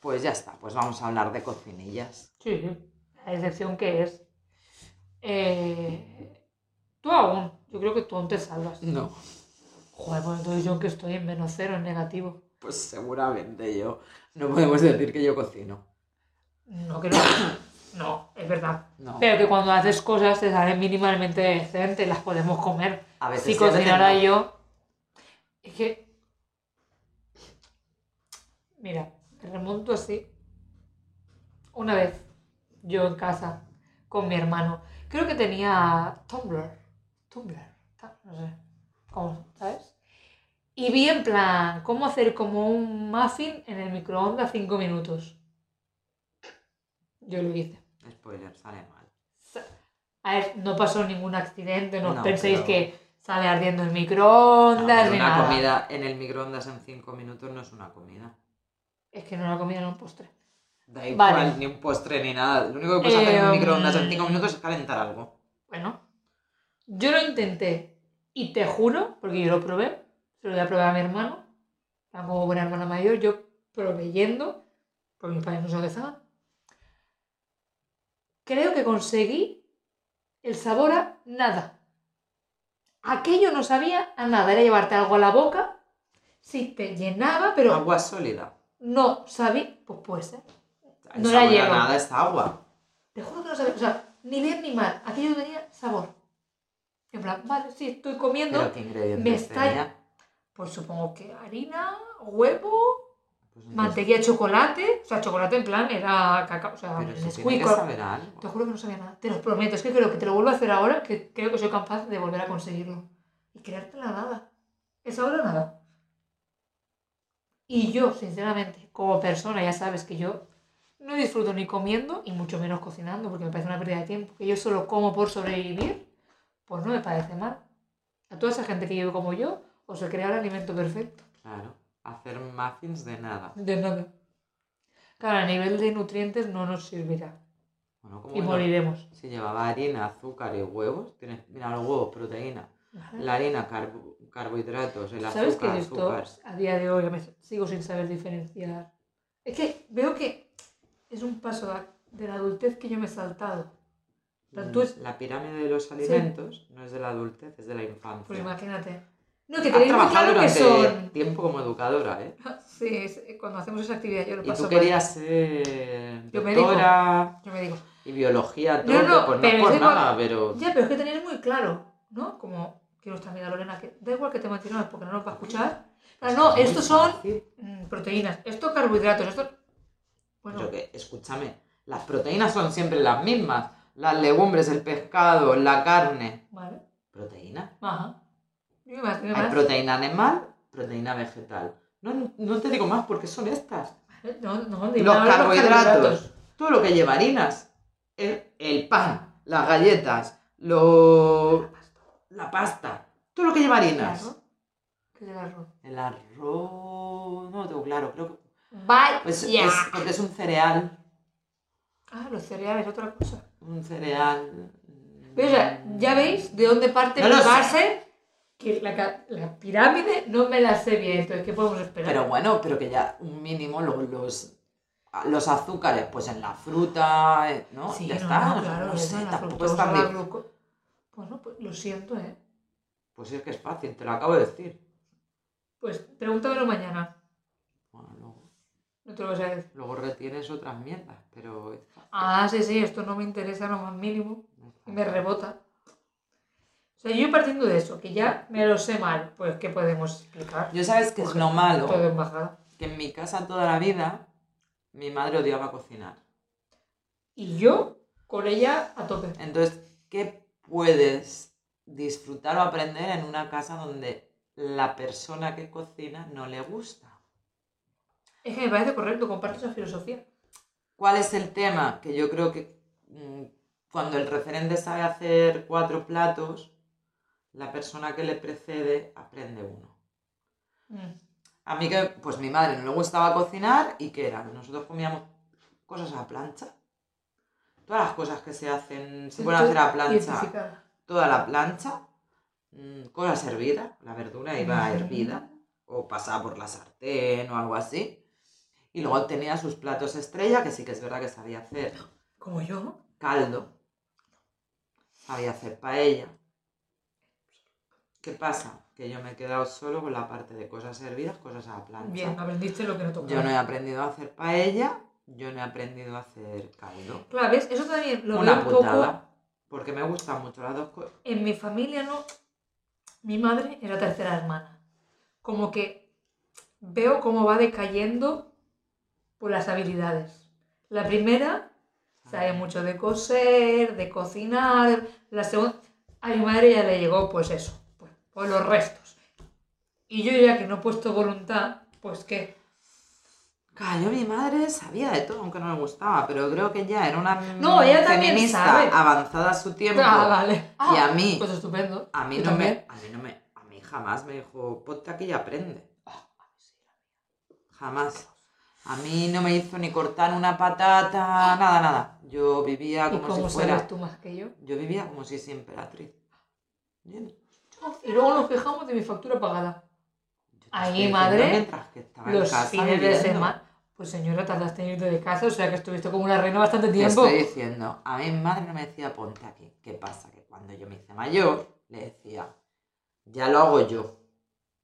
[SPEAKER 2] pues ya está, pues vamos a hablar de cocinillas.
[SPEAKER 1] Sí, sí. La excepción que es. Eh, tú aún, yo creo que tú aún te salvas.
[SPEAKER 2] No.
[SPEAKER 1] Joder, pues entonces yo que estoy en menos cero, en negativo.
[SPEAKER 2] Pues seguramente yo. No podemos decir que yo cocino.
[SPEAKER 1] No creo. No, es verdad.
[SPEAKER 2] No.
[SPEAKER 1] Pero que cuando haces cosas te salen mínimamente decentes, las podemos comer.
[SPEAKER 2] A veces
[SPEAKER 1] si
[SPEAKER 2] sí, a veces
[SPEAKER 1] cocinara
[SPEAKER 2] no.
[SPEAKER 1] yo. Es que. Mira, me remonto así. Una vez, yo en casa, con mi hermano, creo que tenía Tumblr. Tumblr, ta- no sé. ¿Cómo? ¿Sabes? Y vi en plan, cómo hacer como un muffin en el microondas 5 minutos. Yo lo hice.
[SPEAKER 2] Spoiler, sale mal.
[SPEAKER 1] A ver, no pasó ningún accidente, no,
[SPEAKER 2] No,
[SPEAKER 1] penséis
[SPEAKER 2] pero-
[SPEAKER 1] que sale ardiendo el microondas
[SPEAKER 2] No,
[SPEAKER 1] ni
[SPEAKER 2] una
[SPEAKER 1] nada.
[SPEAKER 2] comida en el microondas en 5 minutos no es una comida.
[SPEAKER 1] Es que no era comida, era un postre.
[SPEAKER 2] Da igual,
[SPEAKER 1] Vale.
[SPEAKER 2] ni un postre ni nada. Lo único que puedes hacer en
[SPEAKER 1] Eh,
[SPEAKER 2] un microondas
[SPEAKER 1] mm.
[SPEAKER 2] en 5 minutos es calentar algo.
[SPEAKER 1] Bueno, yo lo intenté y te juro, porque yo lo probé, se lo voy a probar a mi hermano, era como buena hermana mayor, yo proveyendo, porque mis padres no se lo dejaban. Creo que conseguí el sabor a nada. Aquello no sabía a nada, era llevarte algo a la boca, si te llenaba, pero
[SPEAKER 2] Agua sólida.
[SPEAKER 1] no sabía, pues puede ser. No
[SPEAKER 2] Es
[SPEAKER 1] la
[SPEAKER 2] agua,
[SPEAKER 1] llevo.
[SPEAKER 2] nada, es agua.
[SPEAKER 1] Te juro que no sabía, o sea, ni bien ni mal, aquello tenía sabor. En plan, vale, sí, estoy comiendo.
[SPEAKER 2] Pero qué
[SPEAKER 1] me
[SPEAKER 2] ingredientes
[SPEAKER 1] está-
[SPEAKER 2] tenía.
[SPEAKER 1] Pues supongo que harina, huevo,
[SPEAKER 2] Pues entonces-
[SPEAKER 1] mantequilla de chocolate. O sea, chocolate en plan era cacao, o sea,
[SPEAKER 2] Pero si tiene
[SPEAKER 1] Nesquik.
[SPEAKER 2] que saber a algo.
[SPEAKER 1] Te juro que no sabía nada. Te lo prometo. Es que creo que te lo vuelvo a hacer ahora, que creo que soy capaz de volver a conseguirlo. Y crearte la nada. Es ahora nada. Y yo, sinceramente, como persona, ya sabes que yo no disfruto ni comiendo y mucho menos cocinando, porque me parece una pérdida de tiempo. Que yo solo como por sobrevivir Pues no me parece mal. A toda esa gente que vive como yo, o se crea el alimento perfecto.
[SPEAKER 2] Claro. Hacer muffins de nada.
[SPEAKER 1] De nada. Claro, a nivel de nutrientes no nos servirá.
[SPEAKER 2] Bueno, como
[SPEAKER 1] Y
[SPEAKER 2] que no?
[SPEAKER 1] moriremos.
[SPEAKER 2] Si llevaba harina, azúcar y huevos, tienes, mira, los huevos, proteína. La harina, carbo- carbohidratos, el
[SPEAKER 1] ¿Sabes qué
[SPEAKER 2] azúcar,
[SPEAKER 1] es esto?
[SPEAKER 2] azúcar.
[SPEAKER 1] A día de hoy me sigo sin saber diferenciar. Es que veo que es un paso da- de la adultez que yo me he saltado. Pero tú es-
[SPEAKER 2] mm, La pirámide de los alimentos no es de la adultez, es de la infancia.
[SPEAKER 1] Pues imagínate. No, que
[SPEAKER 2] Has
[SPEAKER 1] tenéis muy
[SPEAKER 2] trabajado
[SPEAKER 1] claro que
[SPEAKER 2] durante
[SPEAKER 1] son.
[SPEAKER 2] tiempo como educadora, ¿eh?
[SPEAKER 1] Sí, es- cuando hacemos esa actividad yo lo
[SPEAKER 2] Y
[SPEAKER 1] paso
[SPEAKER 2] tú
[SPEAKER 1] mal.
[SPEAKER 2] querías ser
[SPEAKER 1] Yo médico.
[SPEAKER 2] doctora
[SPEAKER 1] Yo me digo,
[SPEAKER 2] y biología,
[SPEAKER 1] No,
[SPEAKER 2] todo,
[SPEAKER 1] no,
[SPEAKER 2] pues no
[SPEAKER 1] pero
[SPEAKER 2] es por
[SPEAKER 1] es igual-
[SPEAKER 2] nada, pero...
[SPEAKER 1] ya, pero es que tenéis muy claro, ¿no? Como que nuestra amiga Lorena, que da igual que te mantengamos porque no nos va a escuchar. Pero no,
[SPEAKER 2] Es
[SPEAKER 1] estos
[SPEAKER 2] muy
[SPEAKER 1] son
[SPEAKER 2] fácil.
[SPEAKER 1] mm, proteínas, estos carbohidratos, estos... Bueno,
[SPEAKER 2] Pero que, escúchame, las proteínas son siempre las mismas. Las legumbres, el pescado, la carne.
[SPEAKER 1] vale.
[SPEAKER 2] Proteína.
[SPEAKER 1] Ajá. Dime más, dime
[SPEAKER 2] Hay
[SPEAKER 1] más.
[SPEAKER 2] proteína animal, proteína vegetal. No, no te digo más porque son estas.
[SPEAKER 1] Eh, No, no, dime
[SPEAKER 2] Los
[SPEAKER 1] ahora
[SPEAKER 2] carbohidratos, todo lo que lleva harinas. El, el pan, las galletas, lo, la pasta, todo lo que lleva
[SPEAKER 1] ¿El
[SPEAKER 2] harinas.
[SPEAKER 1] arroz? ¿Qué es el arroz?
[SPEAKER 2] El arroz. No lo tengo claro, creo que.
[SPEAKER 1] Vaya.
[SPEAKER 2] Pues es porque es un cereal.
[SPEAKER 1] Ah, los cereales, otra cosa.
[SPEAKER 2] Un cereal. mm,
[SPEAKER 1] Pero, o sea, ya veis de dónde parte
[SPEAKER 2] No
[SPEAKER 1] mi
[SPEAKER 2] lo sé.
[SPEAKER 1] base, que la, ca- la pirámide no me la sé bien, entonces, ¿qué podemos esperar?
[SPEAKER 2] Pero bueno, pero que ya un mínimo lo- los. Los azúcares, pues en la fruta, eh, ¿no?
[SPEAKER 1] sí,
[SPEAKER 2] ya
[SPEAKER 1] no,
[SPEAKER 2] está.
[SPEAKER 1] no,
[SPEAKER 2] no-
[SPEAKER 1] claro,
[SPEAKER 2] no
[SPEAKER 1] ya
[SPEAKER 2] sé,
[SPEAKER 1] está, la
[SPEAKER 2] tampoco es
[SPEAKER 1] fructosa,
[SPEAKER 2] tan
[SPEAKER 1] la
[SPEAKER 2] dif-
[SPEAKER 1] gluco- Bueno, pues lo siento, ¿eh?
[SPEAKER 2] Pues es que es fácil, te lo acabo de decir.
[SPEAKER 1] Pues pregúntamelo mañana,
[SPEAKER 2] Bueno, luego,
[SPEAKER 1] no te lo vas a decir.
[SPEAKER 2] luego retienes otras mierdas, pero. es fácil,
[SPEAKER 1] Ah, sí, sí, esto no me interesa lo más mínimo.
[SPEAKER 2] no es
[SPEAKER 1] y
[SPEAKER 2] fácil.
[SPEAKER 1] me rebota. O sea, yo partiendo de eso, que ya me lo sé mal, pues ¿qué podemos explicar?
[SPEAKER 2] Yo sabes que es
[SPEAKER 1] Porque
[SPEAKER 2] lo malo.
[SPEAKER 1] Todo en bajada.
[SPEAKER 2] que en mi casa toda la vida mi madre odiaba cocinar.
[SPEAKER 1] Y yo con ella a tope.
[SPEAKER 2] Entonces, ¿qué puedes disfrutar o aprender en una casa donde la persona que cocina no le gusta?
[SPEAKER 1] Es que me parece correcto, comparto esa filosofía.
[SPEAKER 2] ¿Cuál es el tema? Que yo creo que mm, cuando el referente sabe hacer cuatro platos, la persona que le precede aprende uno.
[SPEAKER 1] Mm.
[SPEAKER 2] A mí que, pues mi madre no le gustaba cocinar y que era, nosotros comíamos cosas a plancha. Todas las cosas que se hacen, se pueden hacer
[SPEAKER 1] Estoy
[SPEAKER 2] a plancha.
[SPEAKER 1] identificada.
[SPEAKER 2] toda la plancha, mm, cosas hervidas, la verdura iba
[SPEAKER 1] Mm.
[SPEAKER 2] hervida o pasaba por la sartén o algo así. Y luego tenía sus platos estrella, que sí que es verdad que sabía hacer
[SPEAKER 1] Como yo.
[SPEAKER 2] caldo, sabía hacer paella. ¿Qué pasa? Que yo me he quedado solo con la parte de cosas hervidas, cosas a la plancha.
[SPEAKER 1] Bien, aprendiste lo que no tocaba.
[SPEAKER 2] Yo no he aprendido a hacer paella, yo no he aprendido a hacer caldo.
[SPEAKER 1] Claro, ¿ves? Eso también lo
[SPEAKER 2] Una
[SPEAKER 1] veo un
[SPEAKER 2] putada,
[SPEAKER 1] poco
[SPEAKER 2] porque me gustan mucho las dos cosas.
[SPEAKER 1] en mi familia no. Mi madre era tercera hermana. Como que veo cómo va decayendo por las habilidades. La primera sabe mucho de coser, de cocinar. La segunda, a mi madre ya le llegó pues eso, por, por los restos. Y yo ya que no he puesto voluntad, pues que
[SPEAKER 2] Claro, yo mi madre sabía de todo, aunque no le gustaba, pero creo que ya era una
[SPEAKER 1] No, ella también
[SPEAKER 2] feminista
[SPEAKER 1] sabe.
[SPEAKER 2] avanzada a su tiempo.
[SPEAKER 1] Ah, vale.
[SPEAKER 2] Y
[SPEAKER 1] Ah,
[SPEAKER 2] a mí,
[SPEAKER 1] pues estupendo.
[SPEAKER 2] a mí
[SPEAKER 1] yo
[SPEAKER 2] no me,
[SPEAKER 1] también.
[SPEAKER 2] a mí no me, a mí jamás me dijo, ponte aquí y aprende. Jamás. A mí no me hizo ni cortar una patata, nada, nada. Yo vivía
[SPEAKER 1] ¿Y
[SPEAKER 2] como
[SPEAKER 1] cómo
[SPEAKER 2] si fuera,
[SPEAKER 1] sabes tú más que yo?
[SPEAKER 2] yo vivía como si siempre era actriz. ¿Entiendes?
[SPEAKER 1] Y luego nos quejamos de mi factura pagada.
[SPEAKER 2] Yo te
[SPEAKER 1] Ahí,
[SPEAKER 2] estoy diciendo
[SPEAKER 1] madre,
[SPEAKER 2] mientras que estaba en
[SPEAKER 1] los
[SPEAKER 2] casa
[SPEAKER 1] fines de
[SPEAKER 2] viviendo.
[SPEAKER 1] semana. Pues señora, tardaste en irte de casa, o sea que estuviste como una reina bastante
[SPEAKER 2] Te
[SPEAKER 1] tiempo.
[SPEAKER 2] estoy diciendo, a mi madre no me decía ponte aquí. ¿Qué pasa? Que cuando yo me hice mayor, le decía, ya lo hago yo.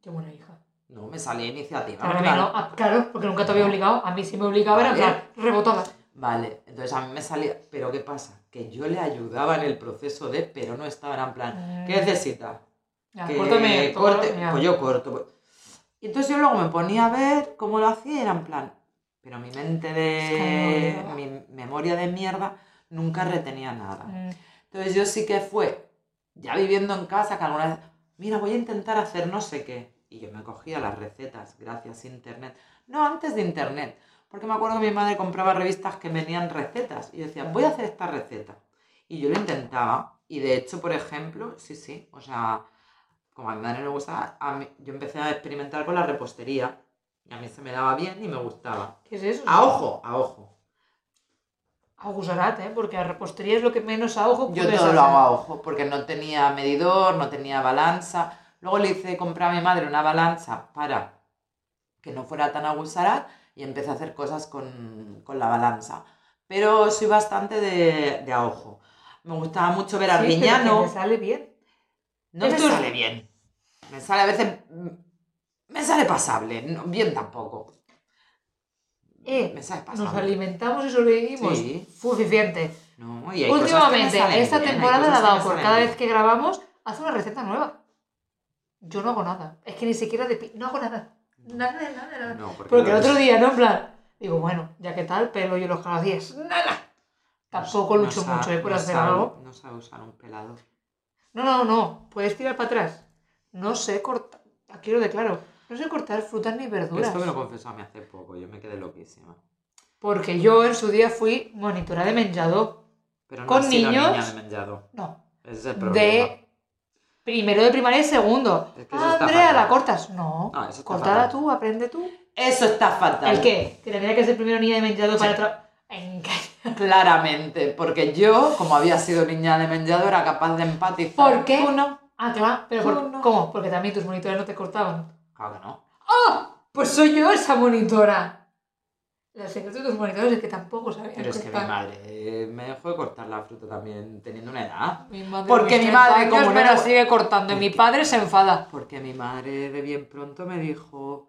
[SPEAKER 1] Qué buena hija.
[SPEAKER 2] No, me salía iniciativa.
[SPEAKER 1] Claro, a
[SPEAKER 2] en
[SPEAKER 1] mí
[SPEAKER 2] plan,
[SPEAKER 1] no, ah, claro, porque nunca te había obligado. A mí sí me obligaba, era en
[SPEAKER 2] Vale.
[SPEAKER 1] plan, rebotada.
[SPEAKER 2] Vale, entonces a mí me salía, pero ¿qué pasa? Que yo le ayudaba en el proceso de, pero no estaba en plan,
[SPEAKER 1] Mm.
[SPEAKER 2] ¿qué necesita?
[SPEAKER 1] Ya,
[SPEAKER 2] que
[SPEAKER 1] córtame, todo,
[SPEAKER 2] corte,
[SPEAKER 1] mira.
[SPEAKER 2] pues yo corto. pues. Y entonces yo luego me ponía a ver cómo lo hacía y era en plan, pero mi mente
[SPEAKER 1] Es que
[SPEAKER 2] de,
[SPEAKER 1] no, no.
[SPEAKER 2] mi memoria de mierda nunca retenía nada.
[SPEAKER 1] Mm,
[SPEAKER 2] Entonces yo sí que fue, ya viviendo en casa, que alguna vez, mira, voy a intentar hacer no sé qué. Y yo me cogía las recetas, gracias a internet. No, antes de internet. Porque me acuerdo que mi madre compraba revistas que venían recetas. Y yo decía, voy a hacer esta receta. Y yo lo intentaba. Y de hecho, por ejemplo, sí, sí, o sea, como a mi madre le gustaba, a mí- yo empecé a experimentar con la repostería. Y a mí se me daba bien y me gustaba.
[SPEAKER 1] ¿Qué es eso?
[SPEAKER 2] A ojo, a ojo.
[SPEAKER 1] A gusarat, ¿eh? Porque a repostería es lo que menos a ojo
[SPEAKER 2] Yo
[SPEAKER 1] puedes
[SPEAKER 2] todo lo
[SPEAKER 1] hacer.
[SPEAKER 2] hago a ojo, porque no tenía medidor, no tenía balanza. Luego le hice comprar a mi madre una balanza para que no fuera tan agusarada y empecé a hacer cosas con, con la balanza. Pero soy bastante de, de a ojo. Me gustaba mucho ver a
[SPEAKER 1] Sí, pero que
[SPEAKER 2] Arguiñano.
[SPEAKER 1] me sale bien.
[SPEAKER 2] No me
[SPEAKER 1] Esto es-
[SPEAKER 2] sale bien. Me sale a veces. mm, Me sale pasable. no- bien tampoco.
[SPEAKER 1] Eh,
[SPEAKER 2] me sale
[SPEAKER 1] Nos
[SPEAKER 2] pasable.
[SPEAKER 1] alimentamos y sobrevivimos.
[SPEAKER 2] Sí.
[SPEAKER 1] Suficiente.
[SPEAKER 2] No, y hay cosas que me
[SPEAKER 1] Últimamente,
[SPEAKER 2] salen
[SPEAKER 1] esta
[SPEAKER 2] bien, hay
[SPEAKER 1] temporada
[SPEAKER 2] cosas
[SPEAKER 1] la
[SPEAKER 2] que
[SPEAKER 1] dado
[SPEAKER 2] me
[SPEAKER 1] por
[SPEAKER 2] salen
[SPEAKER 1] cada
[SPEAKER 2] bien.
[SPEAKER 1] vez que grabamos, haz una receta nueva. Yo no hago nada. Es que ni siquiera de pi- No hago nada. Nada, de nada, de nada.
[SPEAKER 2] No, porque,
[SPEAKER 1] Porque el
[SPEAKER 2] no-
[SPEAKER 1] otro día, ¿no? En plan, digo, bueno, ya que tal, pero yo los calabacías. ¡Nada! Tampoco
[SPEAKER 2] Pues no
[SPEAKER 1] lucho
[SPEAKER 2] sa-
[SPEAKER 1] mucho, ¿eh? Por
[SPEAKER 2] no
[SPEAKER 1] hacer
[SPEAKER 2] sabe-
[SPEAKER 1] algo.
[SPEAKER 2] No sabe usar un pelador.
[SPEAKER 1] No, no, no. Puedes tirar para atrás. No sé cortar. Aquí lo declaro. No sé cortar frutas ni verduras.
[SPEAKER 2] Esto me lo confesó a mí hace poco, yo me quedé loquísima.
[SPEAKER 1] Porque yo en su día fui monitora de menjador.
[SPEAKER 2] Pero no
[SPEAKER 1] Con
[SPEAKER 2] ha sido
[SPEAKER 1] niños-
[SPEAKER 2] niña de menjado.
[SPEAKER 1] No.
[SPEAKER 2] Ese es el problema.
[SPEAKER 1] De primero de primaria y segundo.
[SPEAKER 2] Es que eso está
[SPEAKER 1] Andrea,
[SPEAKER 2] fatal.
[SPEAKER 1] la cortas. No.
[SPEAKER 2] No, eso está
[SPEAKER 1] Cortala
[SPEAKER 2] fatal.
[SPEAKER 1] tú, aprende tú.
[SPEAKER 2] Eso está fatal.
[SPEAKER 1] ¿El qué? Que tendría que ser primero niña de menjador
[SPEAKER 2] Sí.
[SPEAKER 1] para otra. Engaña.
[SPEAKER 2] Claramente, porque yo, como había sido niña de menjado, era capaz de empatizar.
[SPEAKER 1] ¿Por qué?
[SPEAKER 2] Tú no.
[SPEAKER 1] Ah, claro. Pero
[SPEAKER 2] Tú
[SPEAKER 1] por-
[SPEAKER 2] no.
[SPEAKER 1] ¿Cómo? Porque también tus monitores no te cortaban.
[SPEAKER 2] Claro que no.
[SPEAKER 1] Pues soy yo esa monitora. El secreto de tus monitores es que tampoco sabían
[SPEAKER 2] Pero es que mi
[SPEAKER 1] cortar.
[SPEAKER 2] madre eh, me dejó de cortar la fruta también teniendo una edad.
[SPEAKER 1] Mi madre
[SPEAKER 2] Porque
[SPEAKER 1] mis
[SPEAKER 2] mi madre,
[SPEAKER 1] 30 años
[SPEAKER 2] como
[SPEAKER 1] me
[SPEAKER 2] no
[SPEAKER 1] la
[SPEAKER 2] era-
[SPEAKER 1] sigue cortando y mi padre se enfada.
[SPEAKER 2] Porque mi madre de bien pronto me dijo.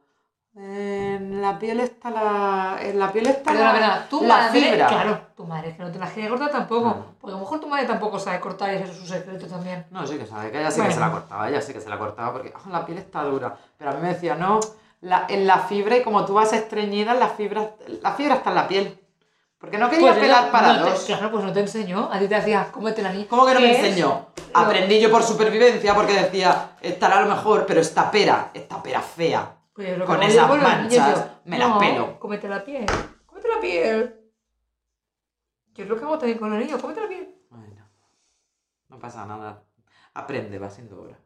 [SPEAKER 2] En la piel está la. En la piel está
[SPEAKER 1] Perdona,
[SPEAKER 2] la,
[SPEAKER 1] perdona, tu
[SPEAKER 2] la
[SPEAKER 1] madre,
[SPEAKER 2] fibra. Ah.
[SPEAKER 1] claro, tu madre es que no te la quiere cortar tampoco,
[SPEAKER 2] Claro.
[SPEAKER 1] porque a lo mejor tu madre tampoco sabe cortar y ese es su secreto también.
[SPEAKER 2] No, sí que sabe, que ella sí
[SPEAKER 1] Bueno.
[SPEAKER 2] que se la cortaba, ella sí que se la cortaba porque "Ah, la piel está dura. Pero a mí me decía, no, la- en la fibra y como tú vas estreñida, la fibra, la fibra está en la piel. Porque no quería
[SPEAKER 1] Pues
[SPEAKER 2] pelar
[SPEAKER 1] no-
[SPEAKER 2] para
[SPEAKER 1] no te-
[SPEAKER 2] dos.
[SPEAKER 1] claro, pues no te enseñó, a ti te hacía, cómete la niña.
[SPEAKER 2] ¿Cómo que no me
[SPEAKER 1] ¿Qué es?
[SPEAKER 2] enseñó? Aprendí yo por supervivencia porque decía, estará a lo mejor, pero esta pera, esta pera fea.
[SPEAKER 1] Pues lo que
[SPEAKER 2] Con
[SPEAKER 1] hago yo
[SPEAKER 2] esas
[SPEAKER 1] los niños,
[SPEAKER 2] manchas,
[SPEAKER 1] yo,
[SPEAKER 2] me las
[SPEAKER 1] "No,
[SPEAKER 2] pelo".
[SPEAKER 1] Cómete la piel, cómete la piel. Yo es lo que hago también con los niños, cómete la piel.
[SPEAKER 2] Bueno, no pasa nada. Aprende, va siendo hora.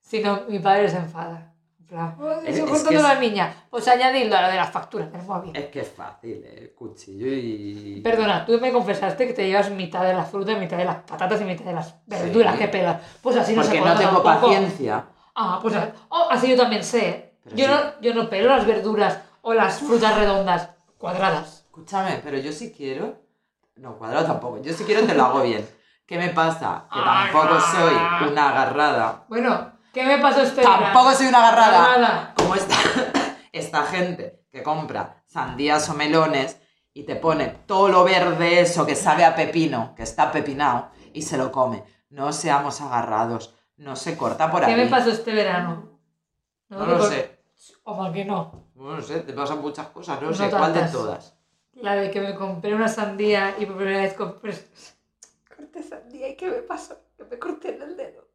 [SPEAKER 1] Si no, mi padre se enfada. En plan, "Ay, estoy
[SPEAKER 2] Es- es
[SPEAKER 1] cortando
[SPEAKER 2] que es-
[SPEAKER 1] a la niña, pues añadidlo a lo de las facturas del móvil.
[SPEAKER 2] Es que es fácil, eh, el cuchillo y...
[SPEAKER 1] Perdona, tú me confesaste que te llevas mitad de la fruta, mitad de las patatas y mitad de las verduras
[SPEAKER 2] Sí.
[SPEAKER 1] que pelas. Pues así no se
[SPEAKER 2] Porque no
[SPEAKER 1] corta
[SPEAKER 2] tengo
[SPEAKER 1] tampoco.
[SPEAKER 2] paciencia.
[SPEAKER 1] Ah, pues a- oh, así yo también sé.
[SPEAKER 2] Pero
[SPEAKER 1] Yo
[SPEAKER 2] sí.
[SPEAKER 1] no, yo no pelo las verduras o las frutas redondas, cuadradas.
[SPEAKER 2] Escúchame, pero yo si quiero. No, cuadrado tampoco. Yo si quiero te lo hago bien. ¿Qué me pasa? Que tampoco soy una agarrada.
[SPEAKER 1] Bueno, ¿qué me pasó este
[SPEAKER 2] Tampoco soy una agarrada.
[SPEAKER 1] Nada.
[SPEAKER 2] Como esta, esta gente que compra sandías o melones y te pone todo lo verde eso que sabe a pepino, que está pepinado, y se lo come. No seamos agarrados. No se corta por
[SPEAKER 1] ¿Qué me
[SPEAKER 2] ahí.
[SPEAKER 1] pasó este verano?
[SPEAKER 2] No lo
[SPEAKER 1] Digo,
[SPEAKER 2] sé.
[SPEAKER 1] O más que no.
[SPEAKER 2] No lo sé, te pasan muchas cosas. No,
[SPEAKER 1] No
[SPEAKER 2] sé cuál de
[SPEAKER 1] tantas.
[SPEAKER 2] todas.
[SPEAKER 1] La de que me compré una sandía y por primera vez compré. Corté sandía y ¿qué me pasó? Que me corté en el dedo.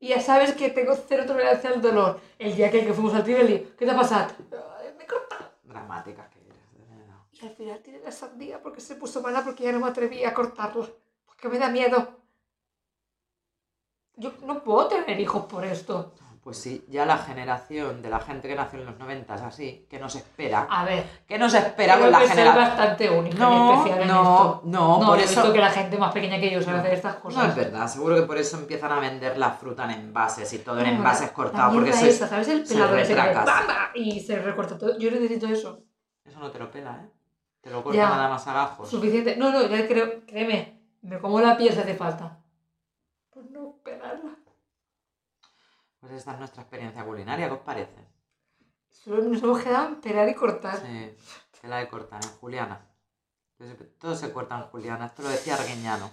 [SPEAKER 1] Y ya sabes que tengo cero tolerancia al dolor. El día que, que fuimos al Tivoli, ¿qué te ha pasado? "Ay, Me he cortado.
[SPEAKER 2] Dramáticas que eres. de verdad.
[SPEAKER 1] Y al final tiré la sandía porque se puso mala porque ya no me atreví a cortarla. Porque me da miedo. Yo no puedo tener hijos por esto.
[SPEAKER 2] Pues sí, ya la generación de la gente que nació en los 90 es así, que nos espera.
[SPEAKER 1] A ver,
[SPEAKER 2] Que nos espera
[SPEAKER 1] creo
[SPEAKER 2] con la
[SPEAKER 1] que soy
[SPEAKER 2] generación.
[SPEAKER 1] bastante única y
[SPEAKER 2] No,
[SPEAKER 1] especial en esto.
[SPEAKER 2] no, no,
[SPEAKER 1] No,
[SPEAKER 2] por
[SPEAKER 1] yo he visto
[SPEAKER 2] eso.
[SPEAKER 1] que la gente más pequeña que yo sabe
[SPEAKER 2] No.
[SPEAKER 1] hacer estas
[SPEAKER 2] No es
[SPEAKER 1] cosas.
[SPEAKER 2] verdad, seguro que por eso empiezan a vender la fruta en envases y todo en
[SPEAKER 1] No,
[SPEAKER 2] envases
[SPEAKER 1] la-
[SPEAKER 2] cortados,
[SPEAKER 1] la
[SPEAKER 2] porque
[SPEAKER 1] mierda
[SPEAKER 2] sois-
[SPEAKER 1] esta, ¿sabes? El
[SPEAKER 2] se
[SPEAKER 1] pelador ese que
[SPEAKER 2] retracas.
[SPEAKER 1] va, va, y se recorta todo. Yo necesito eso.
[SPEAKER 2] eso no te lo pela, ¿eh? Te lo corta
[SPEAKER 1] Ya.
[SPEAKER 2] nada más agajos.
[SPEAKER 1] Suficiente. No, no, ya creo, créeme, me como la piel si hace falta. Por no pelarla.
[SPEAKER 2] Pues esta es nuestra experiencia culinaria, ¿qué os parece?
[SPEAKER 1] Solo nos hemos quedado en pelar y cortar.
[SPEAKER 2] Sí, que la de cortar en Juliana. Yo siempre- Todo se corta en Juliana, esto lo decía Arguiñano.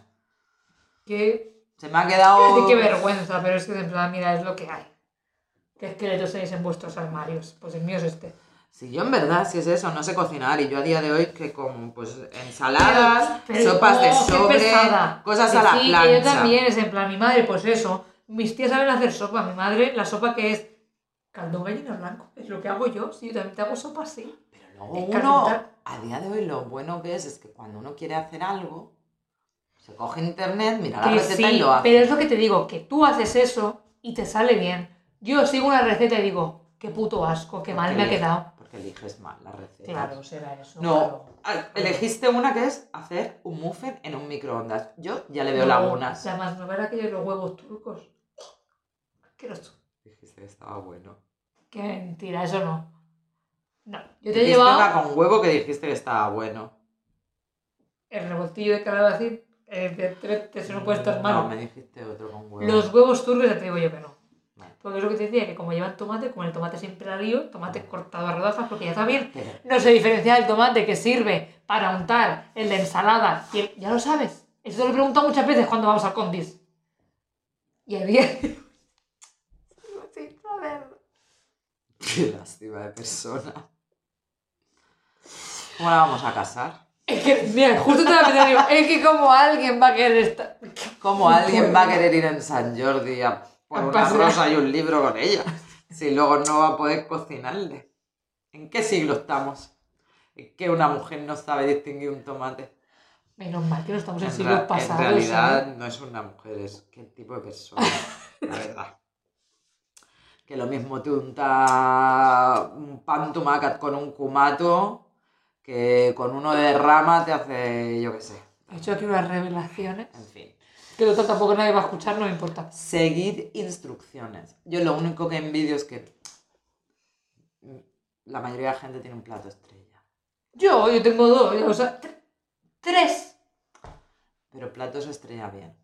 [SPEAKER 1] Qué,
[SPEAKER 2] Se me ha
[SPEAKER 1] quiero decir
[SPEAKER 2] quedado.
[SPEAKER 1] qué vergüenza, pero es que en plan, mira, es lo que hay. ¿Qué esqueletos tenéis en vuestros armarios? Pues el mío es este.
[SPEAKER 2] Si yo en verdad, si es eso, no sé cocinar y yo a día de hoy que como pues ensaladas,
[SPEAKER 1] Pero- pero-
[SPEAKER 2] sopas de
[SPEAKER 1] ¡Oh, qué
[SPEAKER 2] sobre,
[SPEAKER 1] pesada!
[SPEAKER 2] cosas
[SPEAKER 1] Que
[SPEAKER 2] a la
[SPEAKER 1] sí, que
[SPEAKER 2] plancha.
[SPEAKER 1] yo también, es en plan, mi madre, pues eso. Mis tías saben hacer sopa. Mi madre, la sopa que es caldo gallina blanco. Es lo que hago yo. Sí, yo también te hago sopa así.
[SPEAKER 2] Pero luego
[SPEAKER 1] Es
[SPEAKER 2] uno,
[SPEAKER 1] calentar.
[SPEAKER 2] a día de hoy lo bueno que es es que cuando uno quiere hacer algo, Se coge internet, mira la
[SPEAKER 1] Que
[SPEAKER 2] receta y
[SPEAKER 1] sí,
[SPEAKER 2] lo hace.
[SPEAKER 1] pero es lo que te digo, que tú haces eso y te sale bien. Yo sigo una receta y digo, qué puto asco, qué mal
[SPEAKER 2] Porque
[SPEAKER 1] me ha
[SPEAKER 2] elige-
[SPEAKER 1] quedado.
[SPEAKER 2] Porque eliges mal la receta.
[SPEAKER 1] Claro, será eso.
[SPEAKER 2] No, ah, elegiste una que es hacer un muffin en un microondas. Yo ya le veo lagunas.
[SPEAKER 1] La más novela que yo los huevos turcos. Qué asco.
[SPEAKER 2] Dijiste que estaba bueno.
[SPEAKER 1] Qué mentira, eso no. No, yo te he
[SPEAKER 2] Dijiste
[SPEAKER 1] llevado
[SPEAKER 2] una con huevo que dijiste que estaba bueno.
[SPEAKER 1] el revoltillo de calabacín eh, de tres presupuestos
[SPEAKER 2] Mm, No,
[SPEAKER 1] malos.
[SPEAKER 2] me dijiste otro con huevo.
[SPEAKER 1] Los huevos turcos ya te digo yo que no.
[SPEAKER 2] Vale.
[SPEAKER 1] Porque es lo que te decía, que como llevan tomate, como el tomate siempre la lío, tomate cortado a rodajas, porque ya está bien.
[SPEAKER 2] Pero,
[SPEAKER 1] No se diferencia el tomate que sirve para untar el de ensalada. y el- ya lo sabes. Eso te lo he preguntado muchas veces cuando vamos al Condis. Y había... Sí, a ver.
[SPEAKER 2] qué lástima de persona. ¿Cómo la vamos a casar?
[SPEAKER 1] Es que, mira, justo te lo pensé, digo, es que como alguien va a querer estar...
[SPEAKER 2] ¿Cómo alguien va a querer ir en San Jordi a por
[SPEAKER 1] A
[SPEAKER 2] una
[SPEAKER 1] pasear.
[SPEAKER 2] rosa y un libro con ella? Si luego no va a poder cocinarle. ¿En qué siglo estamos? ¿En que una mujer no sabe distinguir un tomate?
[SPEAKER 1] Menos mal que no estamos en,
[SPEAKER 2] En,
[SPEAKER 1] siglos
[SPEAKER 2] ra- en
[SPEAKER 1] pasados.
[SPEAKER 2] realidad
[SPEAKER 1] ¿eh?
[SPEAKER 2] no es una mujer, es qué tipo de persona, la verdad. Que lo mismo te unta un pan tumacat con un cumato que con uno de rama te hace, yo qué sé.
[SPEAKER 1] He hecho aquí unas revelaciones.
[SPEAKER 2] En fin.
[SPEAKER 1] Que total tampoco nadie va a escuchar, no me importa.
[SPEAKER 2] Seguid instrucciones. Yo lo único que envidio es que la mayoría de la gente tiene un plato estrella.
[SPEAKER 1] Yo, yo tengo dos, o sea, tre- tres.
[SPEAKER 2] Pero platos estrella bien.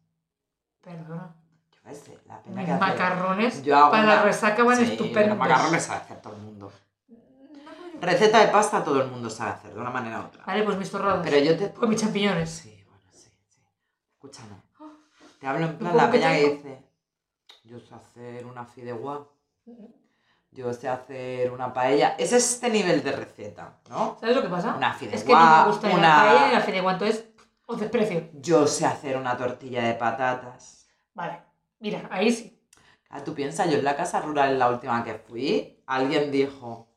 [SPEAKER 1] Perdona.
[SPEAKER 2] Yo qué sé, la pena
[SPEAKER 1] Mis
[SPEAKER 2] que hace.
[SPEAKER 1] macarrones
[SPEAKER 2] Yo hago
[SPEAKER 1] para
[SPEAKER 2] una-
[SPEAKER 1] la resaca van
[SPEAKER 2] Sí,
[SPEAKER 1] estupendos.
[SPEAKER 2] Los macarrones sabe hacer todo el mundo. Receta de pasta todo el mundo sabe hacer, de una manera u otra.
[SPEAKER 1] Vale, pues mis torrados.
[SPEAKER 2] Pero yo te...
[SPEAKER 1] Pues mis champiñones.
[SPEAKER 2] Sí, bueno, sí, sí. Escúchame. Te hablo en
[SPEAKER 1] ¿Y
[SPEAKER 2] plan
[SPEAKER 1] por
[SPEAKER 2] la
[SPEAKER 1] qué
[SPEAKER 2] peña que
[SPEAKER 1] tengo?
[SPEAKER 2] dice... Yo sé hacer una fideuá. Yo sé hacer una paella. Es este nivel de receta, ¿no?
[SPEAKER 1] ¿Sabes lo que pasa?
[SPEAKER 2] Una fideuá,
[SPEAKER 1] es que no me gusta ni la
[SPEAKER 2] una-
[SPEAKER 1] paella ni la fideuá, entonces os desprecio.
[SPEAKER 2] Yo sé hacer una tortilla de patatas.
[SPEAKER 1] Vale, mira, ahí sí.
[SPEAKER 2] Ah, tú piensas, yo en la casa rural, en la última que fui, alguien dijo...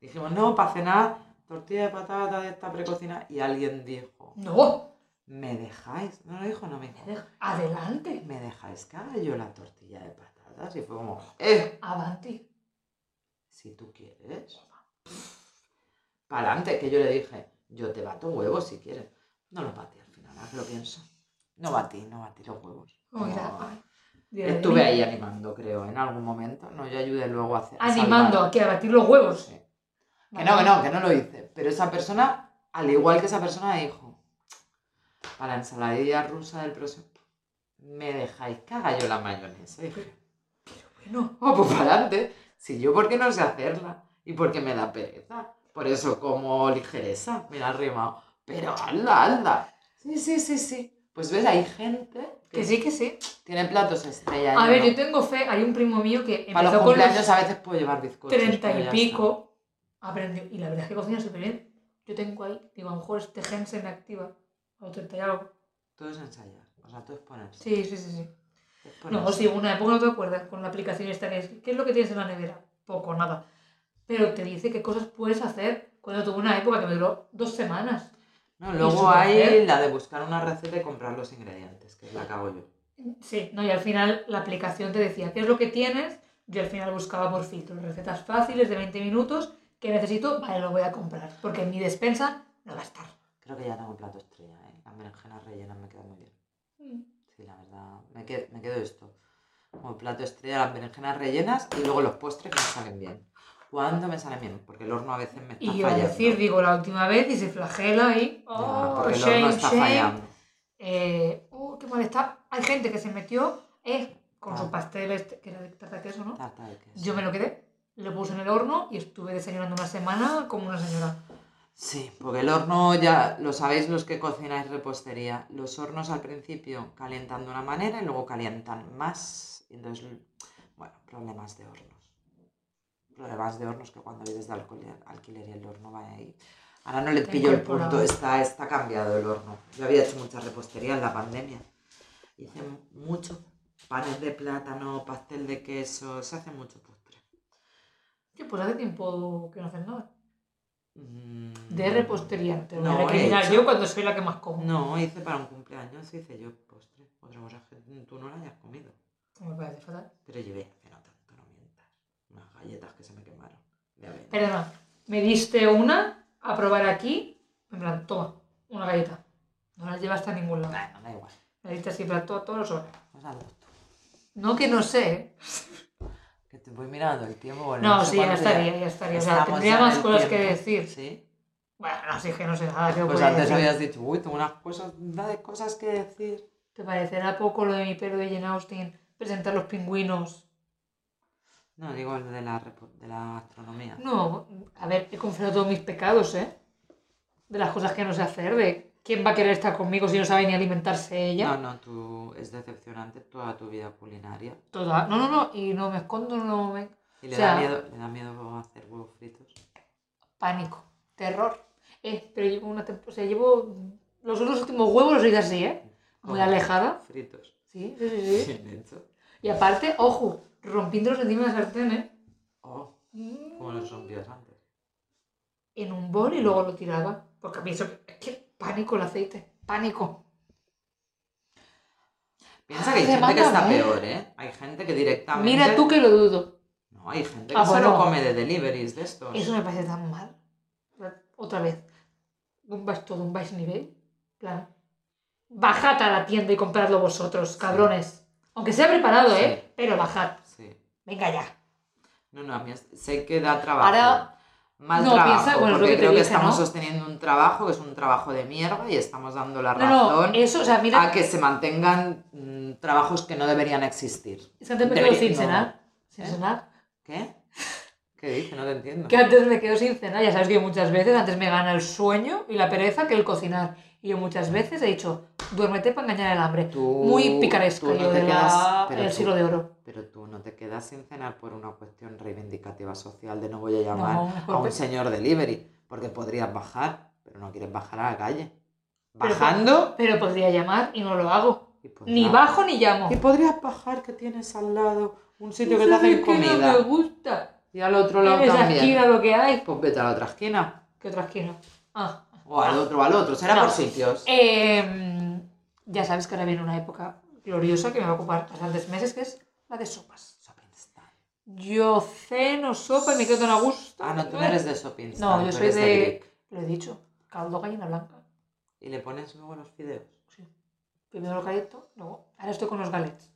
[SPEAKER 2] Dijimos, no, para cenar, tortilla de patata de esta precocina. Y alguien dijo...
[SPEAKER 1] No,
[SPEAKER 2] ¿Me dejáis? No lo dijo, no me dijo.
[SPEAKER 1] adelante,
[SPEAKER 2] ¿Me dejáis que haga yo la tortilla de patatas? Y fue como, eh,
[SPEAKER 1] avanti.
[SPEAKER 2] si tú quieres. Para adelante, que yo le dije, yo te bato huevos si quieres. No los batí al final, ahora que lo pienso. No batí, no batí los huevos.
[SPEAKER 1] Mira,
[SPEAKER 2] No.
[SPEAKER 1] ay, Dios mío.
[SPEAKER 2] Oh. Estuve ahí animando, creo, en algún momento. No, yo ayudé luego a hacer. a
[SPEAKER 1] Animando
[SPEAKER 2] salvar.
[SPEAKER 1] a que a batir los huevos.
[SPEAKER 2] Sí. Que no, que no, que no lo hice. Pero esa persona, al igual que esa persona, dijo, para la ensaladilla rusa del próximo, ¿me dejáis que haga yo la mayonesa? Y dije,
[SPEAKER 1] Bueno,
[SPEAKER 2] oh, pues para adelante. Si yo, ¿por qué no sé hacerla? Y porque me da pereza. Por eso, como ligereza, me la ha rimado. Pero anda, anda. Sí, sí, sí, sí. Pues ves, hay gente
[SPEAKER 1] que sí, que sí.
[SPEAKER 2] tiene platos estrella.
[SPEAKER 1] A
[SPEAKER 2] yo
[SPEAKER 1] ver,
[SPEAKER 2] no.
[SPEAKER 1] yo tengo fe, hay un primo mío que
[SPEAKER 2] Para
[SPEAKER 1] empezó
[SPEAKER 2] los
[SPEAKER 1] con
[SPEAKER 2] cumpleaños
[SPEAKER 1] los
[SPEAKER 2] a veces puedo llevar bizcochos.
[SPEAKER 1] treinta
[SPEAKER 2] pero
[SPEAKER 1] y
[SPEAKER 2] ya
[SPEAKER 1] pico, aprendió, y la verdad es que cocina súper bien. Yo tengo ahí, digo, a lo mejor este Jensen activa, a los 30 y algo.
[SPEAKER 2] está. Todo es ensayar. O sea, todo es ponerse.
[SPEAKER 1] Sí, sí, sí, sí.
[SPEAKER 2] es
[SPEAKER 1] No,
[SPEAKER 2] ponerse.
[SPEAKER 1] sí, una época no te acuerdas con la aplicación esta que es, ¿qué es lo que tienes en la nevera? Poco, nada. Pero te dice qué cosas puedes hacer cuando tuve una época que me duró dos semanas.
[SPEAKER 2] No,
[SPEAKER 1] su
[SPEAKER 2] luego hay
[SPEAKER 1] placer.
[SPEAKER 2] la de buscar una receta y comprar los ingredientes, que es la que hago yo.
[SPEAKER 1] Sí, no, y al final la aplicación te decía qué es lo que tienes. Yo al final buscaba por filtros, recetas fáciles de 20 minutos que necesito, vale, lo voy a comprar, porque en mi despensa no va a estar.
[SPEAKER 2] Creo que ya tengo el plato estrella, ¿eh? Las berenjenas rellenas me quedan muy bien. Sí, la verdad, me quedo, me quedo esto. Como plato estrella, las berenjenas rellenas y luego los postres que me salen bien. ¿Cuándo me salen bien? Porque el horno a veces me está
[SPEAKER 1] Y yo
[SPEAKER 2] fallando.
[SPEAKER 1] decir, digo, la última vez y se flagela ahí.
[SPEAKER 2] Ya,
[SPEAKER 1] Oh,
[SPEAKER 2] porque el horno
[SPEAKER 1] shame,
[SPEAKER 2] está
[SPEAKER 1] shame.
[SPEAKER 2] fallando.
[SPEAKER 1] Eh, oh, qué mal está. Hay gente que se metió eh, con
[SPEAKER 2] Ah.
[SPEAKER 1] sus pasteles, que era de tarta de queso, ¿no?
[SPEAKER 2] Tarta de queso.
[SPEAKER 1] Yo me lo quedé, lo puse en el horno y estuve desayunando una semana como una señora.
[SPEAKER 2] Sí, porque el horno ya lo sabéis los que cocináis repostería. Los hornos al principio calientan de una manera y luego calientan más. Y Entonces, bueno, problemas de hornos. Problemas de hornos que cuando vives de alquiler, alquiler y el horno va ahí. Ahora no le
[SPEAKER 1] Está
[SPEAKER 2] pillo el
[SPEAKER 1] incorporado.
[SPEAKER 2] punto, está, está cambiado el horno. Yo había hecho mucha repostería en la pandemia. Hice muchos panes de plátano, pastel de queso, se hace mucho postre.
[SPEAKER 1] Yo pues hace tiempo que no hacen nada. de repostería. Te voy
[SPEAKER 2] No,
[SPEAKER 1] a
[SPEAKER 2] he
[SPEAKER 1] recriminar
[SPEAKER 2] hecho-
[SPEAKER 1] yo cuando soy la que más como.
[SPEAKER 2] No, hice para un cumpleaños, hice yo postre. Otra cosa es que tú no la hayas comido.
[SPEAKER 1] Me parece fatal.
[SPEAKER 2] Pero llevé hace no tanto, no mientas. Unas galletas que se me quemaron. De avena.
[SPEAKER 1] Perdona, me diste una a probar aquí. En plan, toma, una galleta. No la llevaste a ningún lado.
[SPEAKER 2] Bueno, da igual.
[SPEAKER 1] Me diste así, en plan, todo, todos los sobres.
[SPEAKER 2] Pues hazlo tú.
[SPEAKER 1] No que no sé, ¿eh?
[SPEAKER 2] Que te voy mirando el tiempo. Bueno,
[SPEAKER 1] No,
[SPEAKER 2] sé
[SPEAKER 1] sí, ya
[SPEAKER 2] cuánto
[SPEAKER 1] estaría, ya estaría. O sea,
[SPEAKER 2] Estamos
[SPEAKER 1] tendría
[SPEAKER 2] ya en
[SPEAKER 1] más
[SPEAKER 2] el
[SPEAKER 1] cosas que
[SPEAKER 2] tiempo.
[SPEAKER 1] decir. Ah,
[SPEAKER 2] Sí.
[SPEAKER 1] Bueno, no, sí que no sé nada que
[SPEAKER 2] Pues
[SPEAKER 1] pueda
[SPEAKER 2] antes
[SPEAKER 1] decir.
[SPEAKER 2] habías dicho, uy, tengo unas cosas, una de cosas que decir.
[SPEAKER 1] ¿Te parecerá poco lo de mi pelo de Jane Austen? Presentar los pingüinos.
[SPEAKER 2] No, digo el de la, repo- de la astronomía.
[SPEAKER 1] No, a ver, he confesado todos mis pecados, ¿eh? De las cosas que no sé hacer, de quién va a querer estar conmigo si no sabe ni alimentarse ella.
[SPEAKER 2] No, no, tú, es decepcionante toda tu vida culinaria.
[SPEAKER 1] Toda- No, no, no, y no me escondo, no me...
[SPEAKER 2] Y le,
[SPEAKER 1] O sea-
[SPEAKER 2] da miedo, le da miedo hacer huevos fritos.
[SPEAKER 1] Pánico, terror. Eh, pero llevo una temporada, o sea, llevo los dos últimos huevos los he ido así, ¿eh? Muy
[SPEAKER 2] Con
[SPEAKER 1] alejada.
[SPEAKER 2] Fritos.
[SPEAKER 1] Sí, sí, sí, sí.
[SPEAKER 2] Bien hecho.
[SPEAKER 1] Y aparte, ojo, rompiéndolos encima de la sartén, ¿eh?
[SPEAKER 2] Oh, como los rompías antes.
[SPEAKER 1] en un bol y luego lo tiraba. Porque a mí eso, es que pánico el aceite, pánico.
[SPEAKER 2] Piensa que hay
[SPEAKER 1] Te
[SPEAKER 2] gente que
[SPEAKER 1] manda
[SPEAKER 2] está
[SPEAKER 1] a ver.
[SPEAKER 2] peor, ¿eh? Hay gente que directamente...
[SPEAKER 1] Ah, Mira tú que lo dudo.
[SPEAKER 2] No, hay gente que
[SPEAKER 1] Ah,
[SPEAKER 2] solo
[SPEAKER 1] bueno.
[SPEAKER 2] come de deliveries de estos.
[SPEAKER 1] Eso me parece tan mal. Otra vez, un vais todo, un vais nivel. plan, bajad a la tienda y compradlo vosotros, cabrones. Aunque sea preparado,
[SPEAKER 2] Sí.
[SPEAKER 1] ¿eh? Pero bajad.
[SPEAKER 2] Sí.
[SPEAKER 1] Venga ya.
[SPEAKER 2] No, no, a mí es- sé que da trabajo.
[SPEAKER 1] Ahora-
[SPEAKER 2] Mal
[SPEAKER 1] No,
[SPEAKER 2] trabajo,
[SPEAKER 1] piensa- bueno, es lo
[SPEAKER 2] porque
[SPEAKER 1] que te
[SPEAKER 2] creo que
[SPEAKER 1] dije,
[SPEAKER 2] estamos
[SPEAKER 1] ¿no?
[SPEAKER 2] sosteniendo un trabajo que es un trabajo de mierda y estamos dando la
[SPEAKER 1] No, no,
[SPEAKER 2] razón
[SPEAKER 1] eso, o sea, mira,
[SPEAKER 2] a que se mantengan mm, trabajos que no deberían existir.
[SPEAKER 1] es que antes me quedo
[SPEAKER 2] Debería-
[SPEAKER 1] sin
[SPEAKER 2] no.
[SPEAKER 1] cenar. Sin
[SPEAKER 2] ¿Eh?
[SPEAKER 1] cenar.
[SPEAKER 2] ¿Qué? ¿Qué dices? No te entiendo.
[SPEAKER 1] Que antes me quedo sin cenar, ya sabes que yo muchas veces antes me gana el sueño y la pereza que el cocinar. Y yo muchas veces he dicho, duérmete para engañar el hambre.
[SPEAKER 2] Tú-
[SPEAKER 1] muy picaresca
[SPEAKER 2] Uh, tú no
[SPEAKER 1] yo
[SPEAKER 2] te
[SPEAKER 1] de
[SPEAKER 2] quedas-
[SPEAKER 1] la-
[SPEAKER 2] pero
[SPEAKER 1] el
[SPEAKER 2] tú-
[SPEAKER 1] siglo de oro.
[SPEAKER 2] Pero tú no te quedas sin cenar por una cuestión reivindicativa social de no voy a llamar
[SPEAKER 1] No,
[SPEAKER 2] a
[SPEAKER 1] mejor pues,
[SPEAKER 2] un
[SPEAKER 1] pe-
[SPEAKER 2] señor delivery, porque podrías bajar, pero no quieres bajar a la calle.
[SPEAKER 1] Pero-
[SPEAKER 2] Bajando
[SPEAKER 1] pero podría llamar y no lo hago.
[SPEAKER 2] y pues
[SPEAKER 1] Ni
[SPEAKER 2] nada.
[SPEAKER 1] bajo ni llamo.
[SPEAKER 2] Y podrías bajar que tienes al lado un sitio que te
[SPEAKER 1] ¿Sabes
[SPEAKER 2] hacen
[SPEAKER 1] qué
[SPEAKER 2] comida.
[SPEAKER 1] no me gusta.
[SPEAKER 2] Y al otro lado
[SPEAKER 1] En esa
[SPEAKER 2] también.
[SPEAKER 1] esquina lo que hay.
[SPEAKER 2] Pues vete a la otra esquina.
[SPEAKER 1] ¿Qué otra esquina? Ah.
[SPEAKER 2] O al otro, al otro. Será
[SPEAKER 1] No. Eh.
[SPEAKER 2] por sitios.
[SPEAKER 1] Em, ya sabes que ahora viene una época gloriosa que me va a ocupar bastantes meses, que es la de sopas.
[SPEAKER 2] Shopping stand.
[SPEAKER 1] Yo ceno sopa y me quedo tan a gusto.
[SPEAKER 2] Ah, no, tú no eres de shopping stand.
[SPEAKER 1] yo
[SPEAKER 2] tú
[SPEAKER 1] soy
[SPEAKER 2] eres
[SPEAKER 1] de-
[SPEAKER 2] Greek.
[SPEAKER 1] Lo he dicho, caldo gallina blanca.
[SPEAKER 2] Y le pones luego los fideos.
[SPEAKER 1] Primero lo caliento, luego. Ahora estoy con los galets.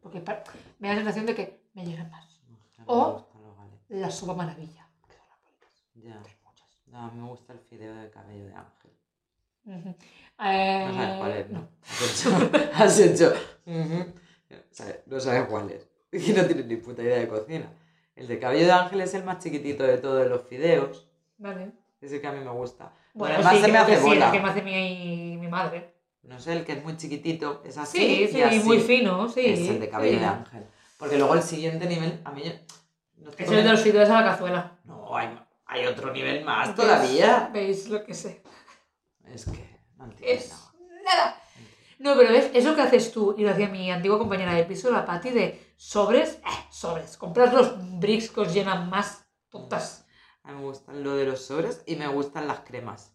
[SPEAKER 1] Porque pa- me da la sensación de que me llenan más.
[SPEAKER 2] No, es que no
[SPEAKER 1] O-
[SPEAKER 2] me gustan los galets.
[SPEAKER 1] La sopa maravilla. que son las bolitas,
[SPEAKER 2] Ya.
[SPEAKER 1] que hay muchas.
[SPEAKER 2] No, me gusta el fideo de cabello de ángel.
[SPEAKER 1] Ujú.
[SPEAKER 2] No sabes
[SPEAKER 1] Eh,
[SPEAKER 2] cuál es,
[SPEAKER 1] no.
[SPEAKER 2] ¿no? Has hecho. Has hecho ujú. Sabes, No sabes cuál es. Y no tienes ni puta idea de cocina. El de cabello de ángel es el más chiquitito de todos los fideos.
[SPEAKER 1] Vale.
[SPEAKER 2] Es el que a mí me gusta.
[SPEAKER 1] Bueno,
[SPEAKER 2] además
[SPEAKER 1] sí,
[SPEAKER 2] se me
[SPEAKER 1] creo que
[SPEAKER 2] hace
[SPEAKER 1] sí,
[SPEAKER 2] bola.
[SPEAKER 1] el que me hace mi, mi madre.
[SPEAKER 2] No sé, el que es muy chiquitito, es así.
[SPEAKER 1] Sí,
[SPEAKER 2] y
[SPEAKER 1] sí,
[SPEAKER 2] así.
[SPEAKER 1] muy fino, sí.
[SPEAKER 2] Es el de cabello
[SPEAKER 1] sí.
[SPEAKER 2] de ángel. Porque luego el siguiente nivel, a mí yo- no estoy
[SPEAKER 1] Es el de los
[SPEAKER 2] comiendo-
[SPEAKER 1] fideos a la cazuela.
[SPEAKER 2] No, hay, hay otro nivel más
[SPEAKER 1] ¿Veis?
[SPEAKER 2] todavía.
[SPEAKER 1] ¿Veis lo que sé?
[SPEAKER 2] Es que no entiendo
[SPEAKER 1] Es
[SPEAKER 2] nada.
[SPEAKER 1] nada. No, pero ves, eso que haces tú y lo hacía mi antigua compañera de piso, la Patti, de sobres, eh, sobres. Comprar los bricks que os llenan más tontas.
[SPEAKER 2] A mí me gustan lo de los sobres y me gustan las cremas.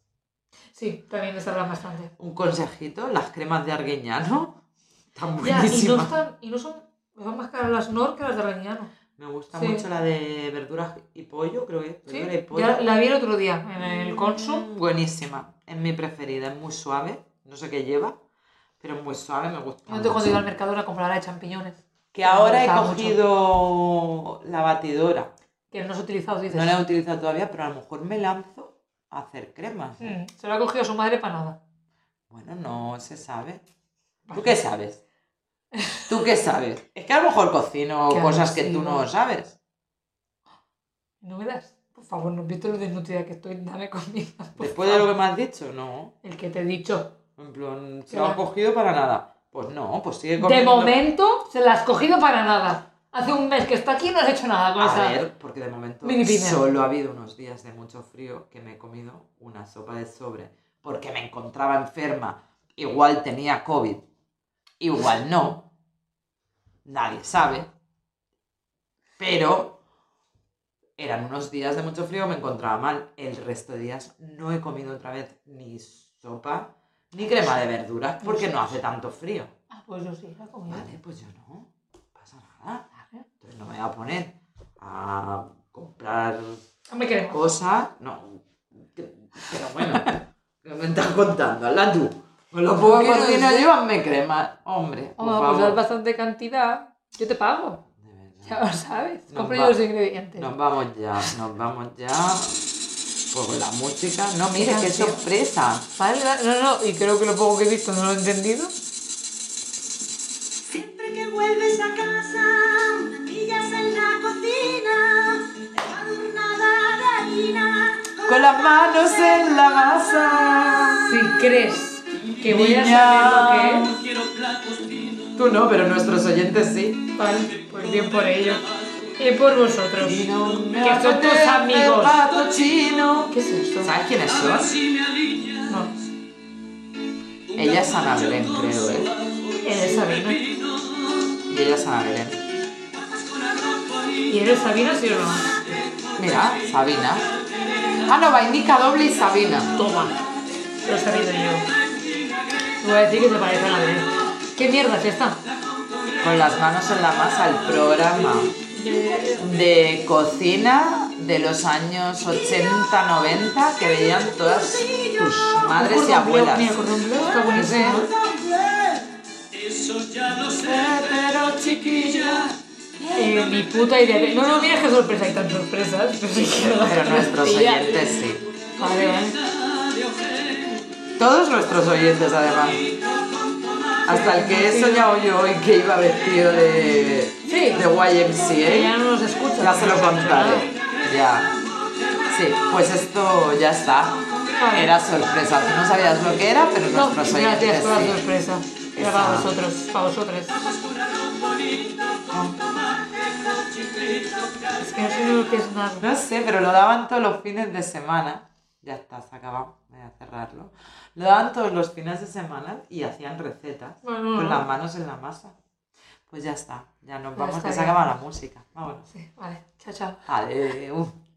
[SPEAKER 1] Sí, también les hablan bastante.
[SPEAKER 2] Un consejito, las cremas de Arguiñano están
[SPEAKER 1] Ya, y no,
[SPEAKER 2] buenísimas.
[SPEAKER 1] están, y no son, son más caras las Nor que las de Arguiñano.
[SPEAKER 2] Me gusta
[SPEAKER 1] Sí.
[SPEAKER 2] mucho la de verduras y pollo, creo que es.
[SPEAKER 1] Sí,
[SPEAKER 2] Verdura y pollo.
[SPEAKER 1] ya la vi el otro día en el Consum.
[SPEAKER 2] Mm, Buenísima. Es mi preferida. Es muy suave. No sé qué lleva, pero es muy suave. Me gusta.
[SPEAKER 1] No te cuando
[SPEAKER 2] mucho.
[SPEAKER 1] iba al Mercadona a comprar la de champiñones,
[SPEAKER 2] Que ahora he
[SPEAKER 1] Me gusta
[SPEAKER 2] cogido la batidora.
[SPEAKER 1] que no se ha utilizado, dices.
[SPEAKER 2] No la he utilizado todavía, pero a lo mejor me lanzo a hacer cremas. ¿eh?
[SPEAKER 1] Mm, se lo ha cogido su madre para nada.
[SPEAKER 2] Bueno, no se sabe.
[SPEAKER 1] Vale.
[SPEAKER 2] ¿Tú qué sabes? ¿Tú qué sabes? Es que a lo mejor cocino
[SPEAKER 1] Qué
[SPEAKER 2] cosas que tú
[SPEAKER 1] agresivo.
[SPEAKER 2] no sabes.
[SPEAKER 1] ¿No me das? Por favor, no visto lo desnutrida que estoy, dame comida. por
[SPEAKER 2] Después de lo
[SPEAKER 1] favor.
[SPEAKER 2] que me has dicho, no.
[SPEAKER 1] El que te he dicho.
[SPEAKER 2] En plan, se
[SPEAKER 1] Ya.
[SPEAKER 2] lo has cogido para nada. Pues no, pues sigue
[SPEAKER 1] De
[SPEAKER 2] comiendo.
[SPEAKER 1] momento se la has cogido para nada. Hace un mes que está aquí y no has hecho nada con
[SPEAKER 2] A
[SPEAKER 1] esa.
[SPEAKER 2] ver, porque de momento
[SPEAKER 1] Mini piña.
[SPEAKER 2] solo ha habido unos días de mucho frío que me he comido una sopa de sobre porque me encontraba enferma. Igual tenía COVID, igual no. Nadie sabe. Pero Eran unos días de mucho frío, me encontraba mal. El resto de días no he comido otra vez ni sopa ni crema de verduras porque no hace tanto frío.
[SPEAKER 1] Ah, pues yo sí, la he comido.
[SPEAKER 2] Vale, pues yo no. No pasa nada. Entonces no me voy a poner a comprar
[SPEAKER 1] Hombre, que no.
[SPEAKER 2] cosa. No. que- Pero bueno, ¿qué me estás contando? Habla tú. Con lo poco que
[SPEAKER 1] Quiero
[SPEAKER 2] cocino
[SPEAKER 1] decir-
[SPEAKER 2] yo, hazme crema. Hombre, por
[SPEAKER 1] Vamos a
[SPEAKER 2] favor.
[SPEAKER 1] usar pues bastante cantidad. Yo te pago,
[SPEAKER 2] De
[SPEAKER 1] ya
[SPEAKER 2] verdad.
[SPEAKER 1] lo sabes.
[SPEAKER 2] Nos
[SPEAKER 1] Compro
[SPEAKER 2] va-
[SPEAKER 1] yo los ingredientes.
[SPEAKER 2] Nos vamos ya, nos vamos ya. Pues con la música. No, mire,
[SPEAKER 1] Qué
[SPEAKER 2] qué
[SPEAKER 1] canción.
[SPEAKER 2] sorpresa.
[SPEAKER 1] Vale, vale, no, no, y creo que lo poco que he visto no lo he entendido.
[SPEAKER 3] Siempre que vuelves a casa, manillas en la cocina, embadurnada de harina,
[SPEAKER 2] Con las manos en la masa.
[SPEAKER 1] Si crees que voy a
[SPEAKER 2] Niña.
[SPEAKER 1] saber lo que
[SPEAKER 2] Tú no, pero nuestros oyentes sí.
[SPEAKER 1] es, vale, pues bien por ello. Y por vosotros. Que son tus amigos.
[SPEAKER 2] chino.
[SPEAKER 1] ¿Qué es esto?
[SPEAKER 2] ¿Sabes quiénes son?
[SPEAKER 1] No,
[SPEAKER 2] Ella es Ana Belén, creo, ¿eh?
[SPEAKER 1] eres Sabina.
[SPEAKER 2] Y ella es Ana Belén.
[SPEAKER 1] ¿Y eres Sabina, sí o no?
[SPEAKER 2] Mira, Sabina. Ah, no, Vainica Doble y Sabina.
[SPEAKER 1] Toma. Lo he sabido yo. Voy a decir que se parece a la de él. ¿Qué mierda es esta?
[SPEAKER 2] Con las manos en la masa, el programa eh, de cocina de los años 80-90 que veían todas tus madres y abuelas.
[SPEAKER 1] Mira, cordón bleu está buenísimo. ¿eh? ¿no?
[SPEAKER 2] Pero chiquilla.
[SPEAKER 1] Eh, mi puta idea. de- No, no, mira qué sorpresa, hay tan sorpresas. Pero, sí que no.
[SPEAKER 2] Pero nuestros
[SPEAKER 1] Tía.
[SPEAKER 2] oyentes sí.
[SPEAKER 1] Vale, vale.
[SPEAKER 2] Todos nuestros oyentes además. Hasta el que he soñado yo y que iba vestido de,
[SPEAKER 1] Sí.
[SPEAKER 2] de
[SPEAKER 1] Que ya
[SPEAKER 2] YMCA.
[SPEAKER 1] no nos escucha.
[SPEAKER 2] ¿Eh? Ya se lo
[SPEAKER 1] no nos escucha
[SPEAKER 2] contaré. Ya. Sí, pues esto ya está.
[SPEAKER 1] Vale.
[SPEAKER 2] Era sorpresa. Tú no sabías lo que era, pero
[SPEAKER 1] nada. No,
[SPEAKER 2] nuestros
[SPEAKER 1] gracias
[SPEAKER 2] oyentes
[SPEAKER 1] por la
[SPEAKER 2] sí.
[SPEAKER 1] sorpresa. Era para
[SPEAKER 2] Esa-
[SPEAKER 1] vosotros, para vosotros. Es que no sé lo que es nada.
[SPEAKER 2] No sé, pero lo daban todos los fines de semana. Ya está, se acabó. Voy a cerrarlo. Lo daban todos los fines de semana y hacían recetas
[SPEAKER 1] No, no,
[SPEAKER 2] con
[SPEAKER 1] no.
[SPEAKER 2] Pues las manos en la masa. Pues ya está, ya nos
[SPEAKER 1] Pero
[SPEAKER 2] vamos,
[SPEAKER 1] está
[SPEAKER 2] que se
[SPEAKER 1] bien.
[SPEAKER 2] acaba la música. Vámonos.
[SPEAKER 1] Sí, vale. Chao, chao.
[SPEAKER 2] Adeu.